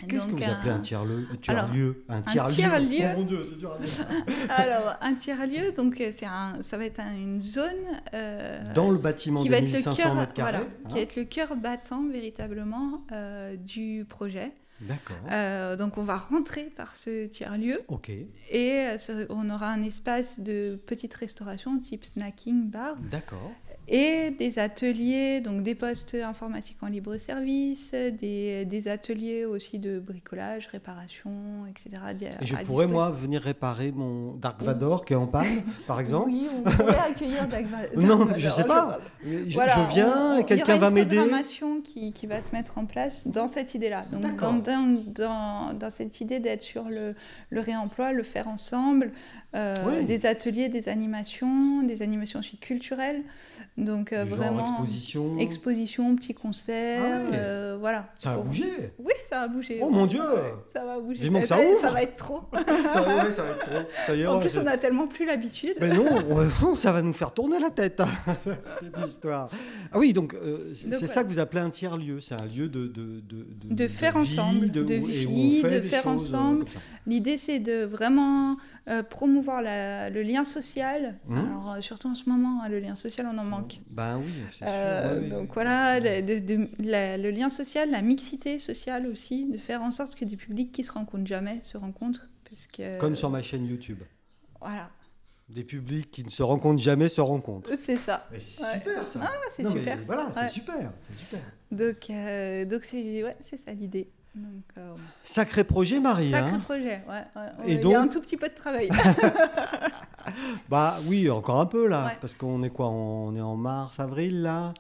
B: Qu'est-ce que
A: Donc,
B: vous appelez un tiers-lieu Un tiers-lieu Un
A: tiers-lieu.
B: Oh mon Dieu, c'est dur à dire.
A: Alors, un tiers-lieu, donc euh, c'est un, ça va être un- une zone euh,
B: Dans le bâtiment
A: qui
B: de
A: va être le
B: 1500
A: cœur,
B: mètres carrés.
A: voilà,
B: hein.
A: qui va être le cœur battant véritablement euh, du projet.
B: D'accord.
A: Euh, donc, on va rentrer par ce tiers-lieu
B: Ok,
A: et euh, ce- on aura un espace de petite restauration type snacking bar
B: d'accord.
A: euh, et des ateliers, donc des postes informatiques en libre service, des, des ateliers aussi de bricolage, réparation, etc. di-
B: Et je
A: à
B: pourrais,
A: disposition.
B: moi, venir réparer mon Dark Vador qui est en panne, par exemple
A: Oui, on pourrait accueillir Dagva-
B: Non,
A: Dagva-
B: je sais
A: alors,
B: pas. Je, je
A: Voilà, on- on-
B: viens, quelqu'un
A: Il y
B: va
A: aura une
B: m'aider.
A: programmation qui, qui va se mettre en place dans cette idée-là. Donc,
B: D'accord.
A: dans, dans, dans- dans cette idée d'être sur le, le réemploi, le faire ensemble, euh,
B: Oui.
A: des ateliers, des animations, des animations aussi culturelles. Donc, euh,
B: Genre
A: vraiment.
B: exposition.
A: Exposition, petits concerts,
B: Mmh. Ah ouais.
A: euh, voilà.
B: Ça a
A: Faut-
B: bougé.
A: Oui, ça va bouger.
B: Oh mon Dieu
A: Ça va bouger.
B: Vivement que ça
A: va-
B: ouvre.
A: ça va être trop.
B: ça, ouais, ça va être trop. Ça y est,
A: en
B: ouais,
A: plus,
B: c'est-
A: on a tellement plus l'habitude.
B: Mais non, on- ça va nous faire tourner la tête, hein, cette histoire. Ah oui, donc euh, c'est
A: Donc,
B: c'est
A: voilà.
B: ça que vous appelez un tiers-lieu. C'est un lieu de... De, de, de-
A: De faire
B: vie,
A: ensemble, de
B: et où on
A: vie,
B: fait
A: de
B: des
A: faire
B: choses, euh,
A: ensemble.
B: comme ça.
A: L'idée, c'est de vraiment euh, promouvoir la- le lien social.
B: Mhm.
A: Alors, euh, surtout en ce moment, hein, le lien social, on en manque.
B: Ben oui, c'est sûr.
A: Euh,
B: ouais, ouais,
A: donc
B: ouais.
A: voilà, le, de- de- la- le lien social, la mixité sociale aussi, de faire en sorte que des publics qui se rencontrent jamais se rencontrent. Parce que,
B: Comme sur ma chaîne YouTube.
A: Voilà,
B: Des publics qui ne se rencontrent jamais se rencontrent.
A: c'est ça.
B: Mais c'est
A: Ouais.
B: super ça.
A: Ah, c'est
B: Non, mais
A: super.
B: voilà, c'est
A: Ouais.
B: super, c'est super.
A: Donc, euh, donc c'est ouais, c'est ça l'idée. Donc, euh,
B: Sacré projet Marie.
A: sacré
B: hein.
A: projet. ouais, ouais,
B: Et
A: ouais, Il
B: donc- Ah
A: y a un tout petit peu de travail.
B: Bah oui, encore un peu là,
A: Ouais.
B: parce qu'on est quoi On est en mars, avril là.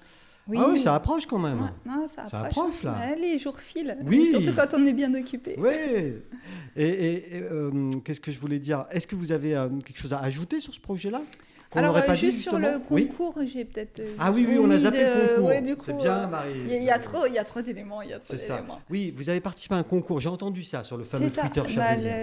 B: Ah oui, ça approche quand même.
A: Ouais, non, ça approche. hein.
B: Ça approche, là.
A: Ouais, les jours filent.
B: Oui.
A: Surtout quand on est bien occupé.
B: Oui. Et, et- et, euh, qu'est-ce que je voulais dire Est-ce que vous avez euh, quelque chose à ajouter sur ce projet-là Qu'on
A: Alors,
B: n'aurait
A: euh,
B: pas dit,
A: juste sur le
B: justement Oui.
A: concours, j'ai peut-être. euh,
B: Ah oui, oui,
A: j'ai
B: on a
A: mis
B: zappé
A: de-
B: le concours.
A: ouais, du coup,
B: c'est bien,
A: euh,
B: Marie.
A: Il y, a- il y a trop, il y a trop d'éléments, il y a trop
B: C'est ça.
A: d'éléments.
B: Oui, vous avez participé à un concours. J'ai entendu ça sur le fameux
A: C'est ça.
B: Twitter
A: Bah,
B: chablaisien.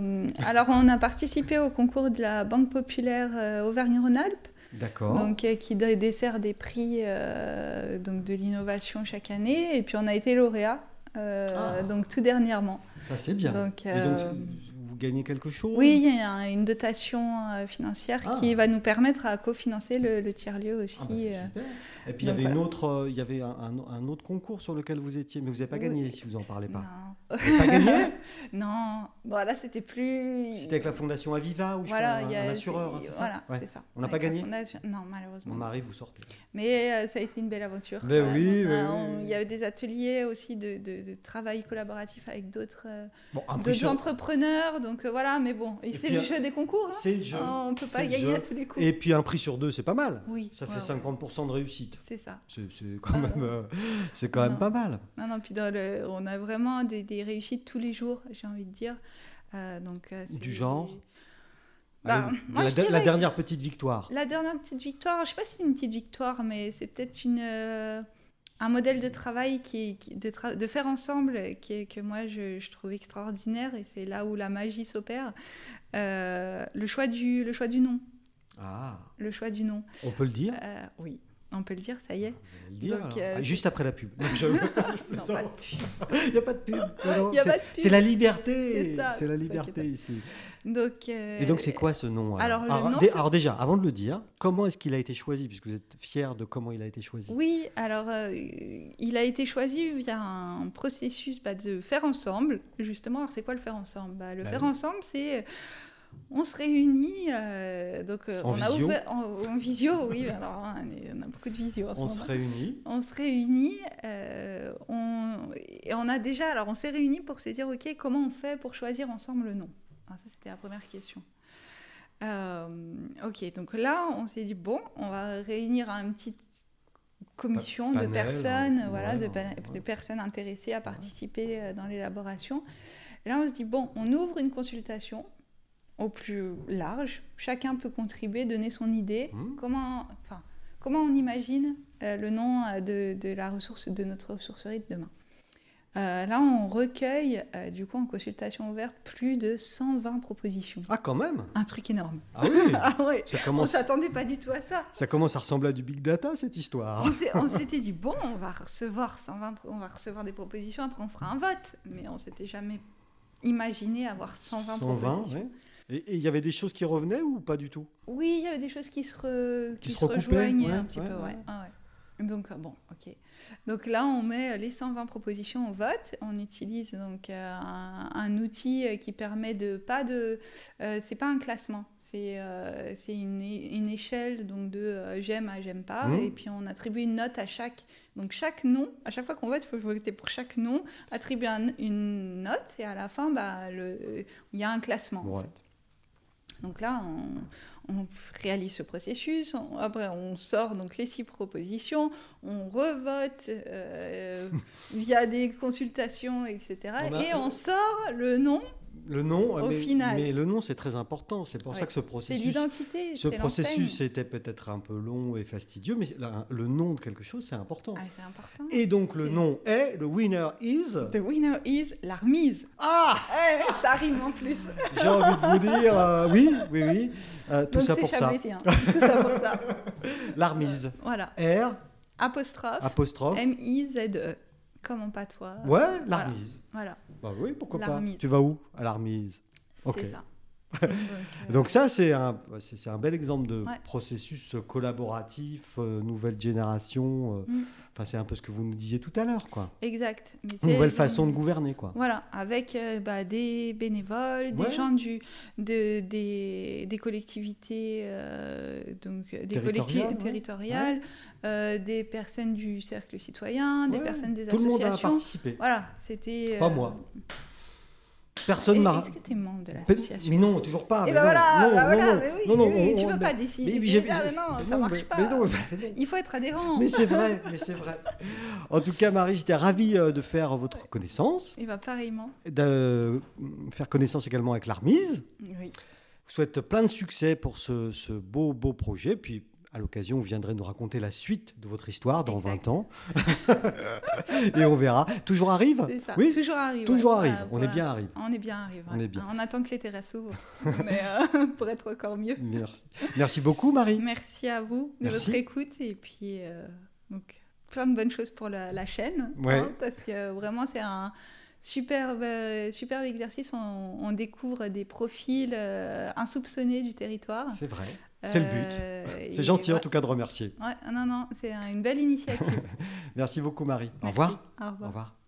A: le- Alors, on a participé au concours de la Banque populaire euh, Auvergne-Rhône-Alpes,
B: D'accord.
A: donc euh, qui do- dessert des prix euh, donc de l'innovation chaque année, et puis on a été lauréat. euh,
B: Ah.
A: Donc tout dernièrement.
B: ça c'est bien.
A: donc,
B: Et donc
A: euh,
B: vous gagnez quelque chose
A: Oui, il y a un- une dotation euh, financière
B: Ah.
A: qui va nous permettre à cofinancer le, le tiers-lieu aussi.
B: Ah bah, c'est
A: euh,
B: super. Et puis il y
A: donc,
B: avait, une autre, euh, il y avait un, un- un autre concours sur lequel vous étiez, mais vous n'avez pas
A: Oui.
B: gagné si vous en parlez pas.
A: non.
B: Vous n'avez pas gagné
A: Non, voilà, c'était plus.
B: C'était avec la fondation Aviva ou je
A: Voilà,
B: sais pas,
A: il y
B: un,
A: a-
B: un assureur, hein, c'est ça
A: Voilà,
B: Ouais.
A: c'est ça.
B: On n'a pas
A: Avec la
B: gagné
A: fondation- Non, malheureusement.
B: Mon mari, vous sortez.
A: Mais euh, ça a été une belle aventure.
B: Mais
A: Ouais,
B: Ben oui,
A: on a-
B: mais
A: on-
B: oui.
A: Il y avait des ateliers aussi de, de- de travail collaboratif avec d'autres euh,
B: Bon, un prix
A: d'autres
B: sur-
A: entrepreneurs. Donc euh, voilà, mais bon, et
B: Et
A: c'est
B: puis,
A: le
B: euh,
A: jeu des concours. hein.
B: C'est le jeu.
A: On ne peut pas
B: c'est le
A: gagner
B: jeu.
A: à tous les coups.
B: Et puis un prix sur deux, c'est pas mal.
A: Oui,
B: Ça
A: ouais,
B: fait
A: ouais.
B: 50% de réussite.
A: C'est ça.
B: C'est c'est quand
A: Ah,
B: même,
A: non.
B: euh, c'est quand même
A: Non.
B: pas mal.
A: Non, non, puis dans le- on a vraiment des, des réussites tous les jours, j'ai envie de dire. Euh, donc, euh, c'est-
B: Du genre
A: Bah,
B: Allez,
A: moi,
B: la,
A: je
B: de- la
A: dirais que-
B: dernière petite victoire.
A: La dernière petite victoire, je sais pas si c'est une petite victoire, mais c'est peut-être une euh, un modèle de travail qui, qui- de, tra- de faire ensemble euh, qui est- que moi je, je trouve extraordinaire et c'est là où la magie s'opère. Euh, le choix du le choix du nom,
B: Ah,
A: le choix du nom.
B: on peut le dire
A: Euh, oui. On peut le dire, ça y est.
B: Vous allez le dire,
A: Donc,
B: alors.
A: euh,
B: Ah, juste après la pub. Non, je- je
A: Non,
B: plaisante.
A: pas de pub.
B: Il n'y a pas de pub. Non,
A: Il y a
B: c'est-
A: pas de pub.
B: C'est la liberté.
A: C'est ça,
B: C'est la
A: vous
B: liberté
A: inquiétez
B: ici.
A: Donc, euh,
B: Et donc, c'est quoi ce nom
A: alors, le nom,
B: dé-
A: c'est-
B: alors déjà, avant de le dire, comment est-ce qu'il a été choisi Puisque vous êtes fier de comment il a été choisi.
A: Oui, alors euh, il a été choisi via un processus bah, de faire ensemble. Justement, alors c'est quoi le faire ensemble Bah, Le
B: Bah
A: faire
B: oui.
A: ensemble, c'est euh, on se réunit, euh, donc euh,
B: En
A: on
B: visio.
A: a ouvert en, en visio, oui. Alors hein, on, est- on a beaucoup de visio en ce
B: On
A: moment.
B: se réunit.
A: On se réunit, euh, on, et on a déjà, alors on s'est réunis pour se dire, ok, comment on fait pour choisir ensemble le nom Alors ça, c'était la première question. Euh, ok, donc là, on s'est dit, bon, on va réunir une petite commission
B: Pa- panel,
A: de personnes,
B: ouais,
A: voilà, de,
B: ouais,
A: pa-
B: ouais.
A: de personnes intéressées à participer euh, dans l'élaboration. Et là, on se dit, bon, on ouvre une consultation au plus large, chacun peut contribuer, donner son idée,
B: Mhm.
A: comment, enfin, comment on imagine euh, le nom euh, de, de la ressource de notre ressourcerie de demain. Euh, là, on recueille, euh, du coup, en consultation ouverte, plus de 120 propositions.
B: Ah, quand même
A: Un truc énorme.
B: Ah oui
A: Ah ouais,
B: ça
A: on
B: commence,
A: s'attendait pas du tout à ça.
B: ça commence à ressembler à du big data, cette histoire.
A: On s'est- On s'était dit, bon, on va, recevoir 120, pro- on va recevoir des propositions, après on fera un vote. Mais on s'était jamais imaginé avoir 120, propositions.
B: ouais. Et et il y avait des choses qui revenaient ou pas du tout
A: Oui, il y avait des choses qui se, re-
B: Qui
A: qui
B: se
A: se
B: recoupaient,
A: rejoignent
B: ouais,
A: un petit
B: ouais,
A: peu.
B: ouais.
A: Ouais. Ah ouais. Donc, euh, bon, ok. Donc là, on met euh, les 120 propositions au vote. On utilise donc euh, un, un outil euh, qui permet de pas de. euh, c'est pas un classement, c'est euh, c'est une, é- une échelle donc de euh, j'aime à j'aime pas.
B: Mhm.
A: Et puis on attribue une note à chaque. Donc chaque nom, à chaque fois qu'on vote, il faut voter pour chaque nom, attribuer un- une note et à la fin, bah, le- il y a un classement. en
B: Ouais.
A: fait. Donc là, on, on réalise ce processus. on- après, on sort donc les six propositions, on revote euh, via des consultations, etc.
B: On a-
A: et on sort le nom,
B: Le nom,
A: Au
B: mais,
A: final.
B: mais le nom, c'est très important. C'est pour ça
A: Ouais.
B: que ce
A: c'est
B: processus,
A: l'identité.
B: ce
A: c'est l'enseigne.
B: processus était peut-être un peu long et fastidieux, mais la- le nom de quelque chose, c'est important.
A: Ah, c'est important.
B: Et donc le
A: C'est-
B: nom est, le winner is.
A: The winner is la remise.
B: Ah
A: Eh, ça rime en plus.
B: J'ai envie de vous dire, euh, oui, oui, oui. Euh, tout
A: Donc
B: ça
A: c'est
B: pour ça.
A: chablaisien. Tout ça pour ça.
B: L'armise.
A: Voilà.
B: R,
A: Apostrophe.
B: apostrophe.
A: M-I-Z-E. Comme en patois.
B: Ouais, l'armise.
A: Voilà.
B: Bah oui, pourquoi pas.
A: L'armise.
B: Tu vas où À l'armise. Ok.
A: C'est ça. Donc, euh,
B: Donc ça, c'est un, c'est c'est un bel exemple de
A: Ouais.
B: processus euh, collaboratif, euh, nouvelle génération. euh,
A: Mm.
B: Enfin, c'est un peu ce que vous nous disiez tout à l'heure, quoi.
A: Exact. Mais c'est-
B: Nouvelle façon de gouverner, quoi.
A: Voilà, avec euh, bah, des bénévoles,
B: Ouais.
A: des gens du, de, des, des collectivités, euh, donc, euh, des collectivités
B: Territoriales, ouais.
A: territoriales, euh, des personnes du cercle citoyen, des
B: Ouais,
A: personnes des
B: Tout le monde a
A: associations.
B: participé.
A: voilà, c'était.
B: Pas
A: euh,
B: moi.
A: et-
B: Personne m'a.
A: Est-ce que t'es membre de
B: Pe-
A: l'association
B: Mais non, toujours pas.
A: Eh
B: mais
A: ben
B: non,
A: voilà,
B: non,
A: bah
B: non,
A: voilà,
B: non,
A: mais oui,
B: non, non,
A: oui,
B: on-
A: tu
B: on-
A: peux pas décider.
B: Mais oui,
A: tu
B: j'ai-
A: dis, ah, mais non,
B: mais
A: ça
B: non,
A: marche
B: mais-
A: pas.
B: mais non, mais non.
A: Il faut être adhérent.
B: Mais c'est vrai, mais c'est vrai. En tout cas, Marie, j'étais ravi euh, de faire votre connaissance,
A: Et bah, pareillement.
B: de euh, faire connaissance également avec l'Armise.
A: Oui.
B: Je vous souhaite plein de succès pour ce, ce beau, beau projet. Puis, à l'occasion, vous viendrez nous raconter la suite de votre histoire dans
A: Exact.
B: 20 ans. Et on verra. Toujours arrive
A: C'est ça.
B: Oui,
A: toujours arrive.
B: toujours
A: ouais.
B: arrive.
A: Voilà,
B: on
A: voilà.
B: est bien arrive.
A: On est bien arrivé.
B: On
A: ouais.
B: est bien.
A: On attend que les terrasses s'ouvrent mais, euh, pour être encore mieux.
B: Merci. Merci beaucoup, Marie.
A: Merci à vous de
B: Merci.
A: votre écoute et puis euh, donc, plein de bonnes choses pour la, la chaîne. hein,
B: Ouais.
A: parce que vraiment, c'est un superbe, euh, superbe exercice. On, on découvre des profils euh, insoupçonnés du territoire. Euh,
B: C'est vrai. C'est le but.
A: but.
B: C'est gentil, en tout cas, de remercier.
A: Ouais, non, non, c'est un- une belle initiative.
B: Merci beaucoup, Marie. Au
A: Merci.
B: revoir.
A: Au revoir.
B: Au revoir.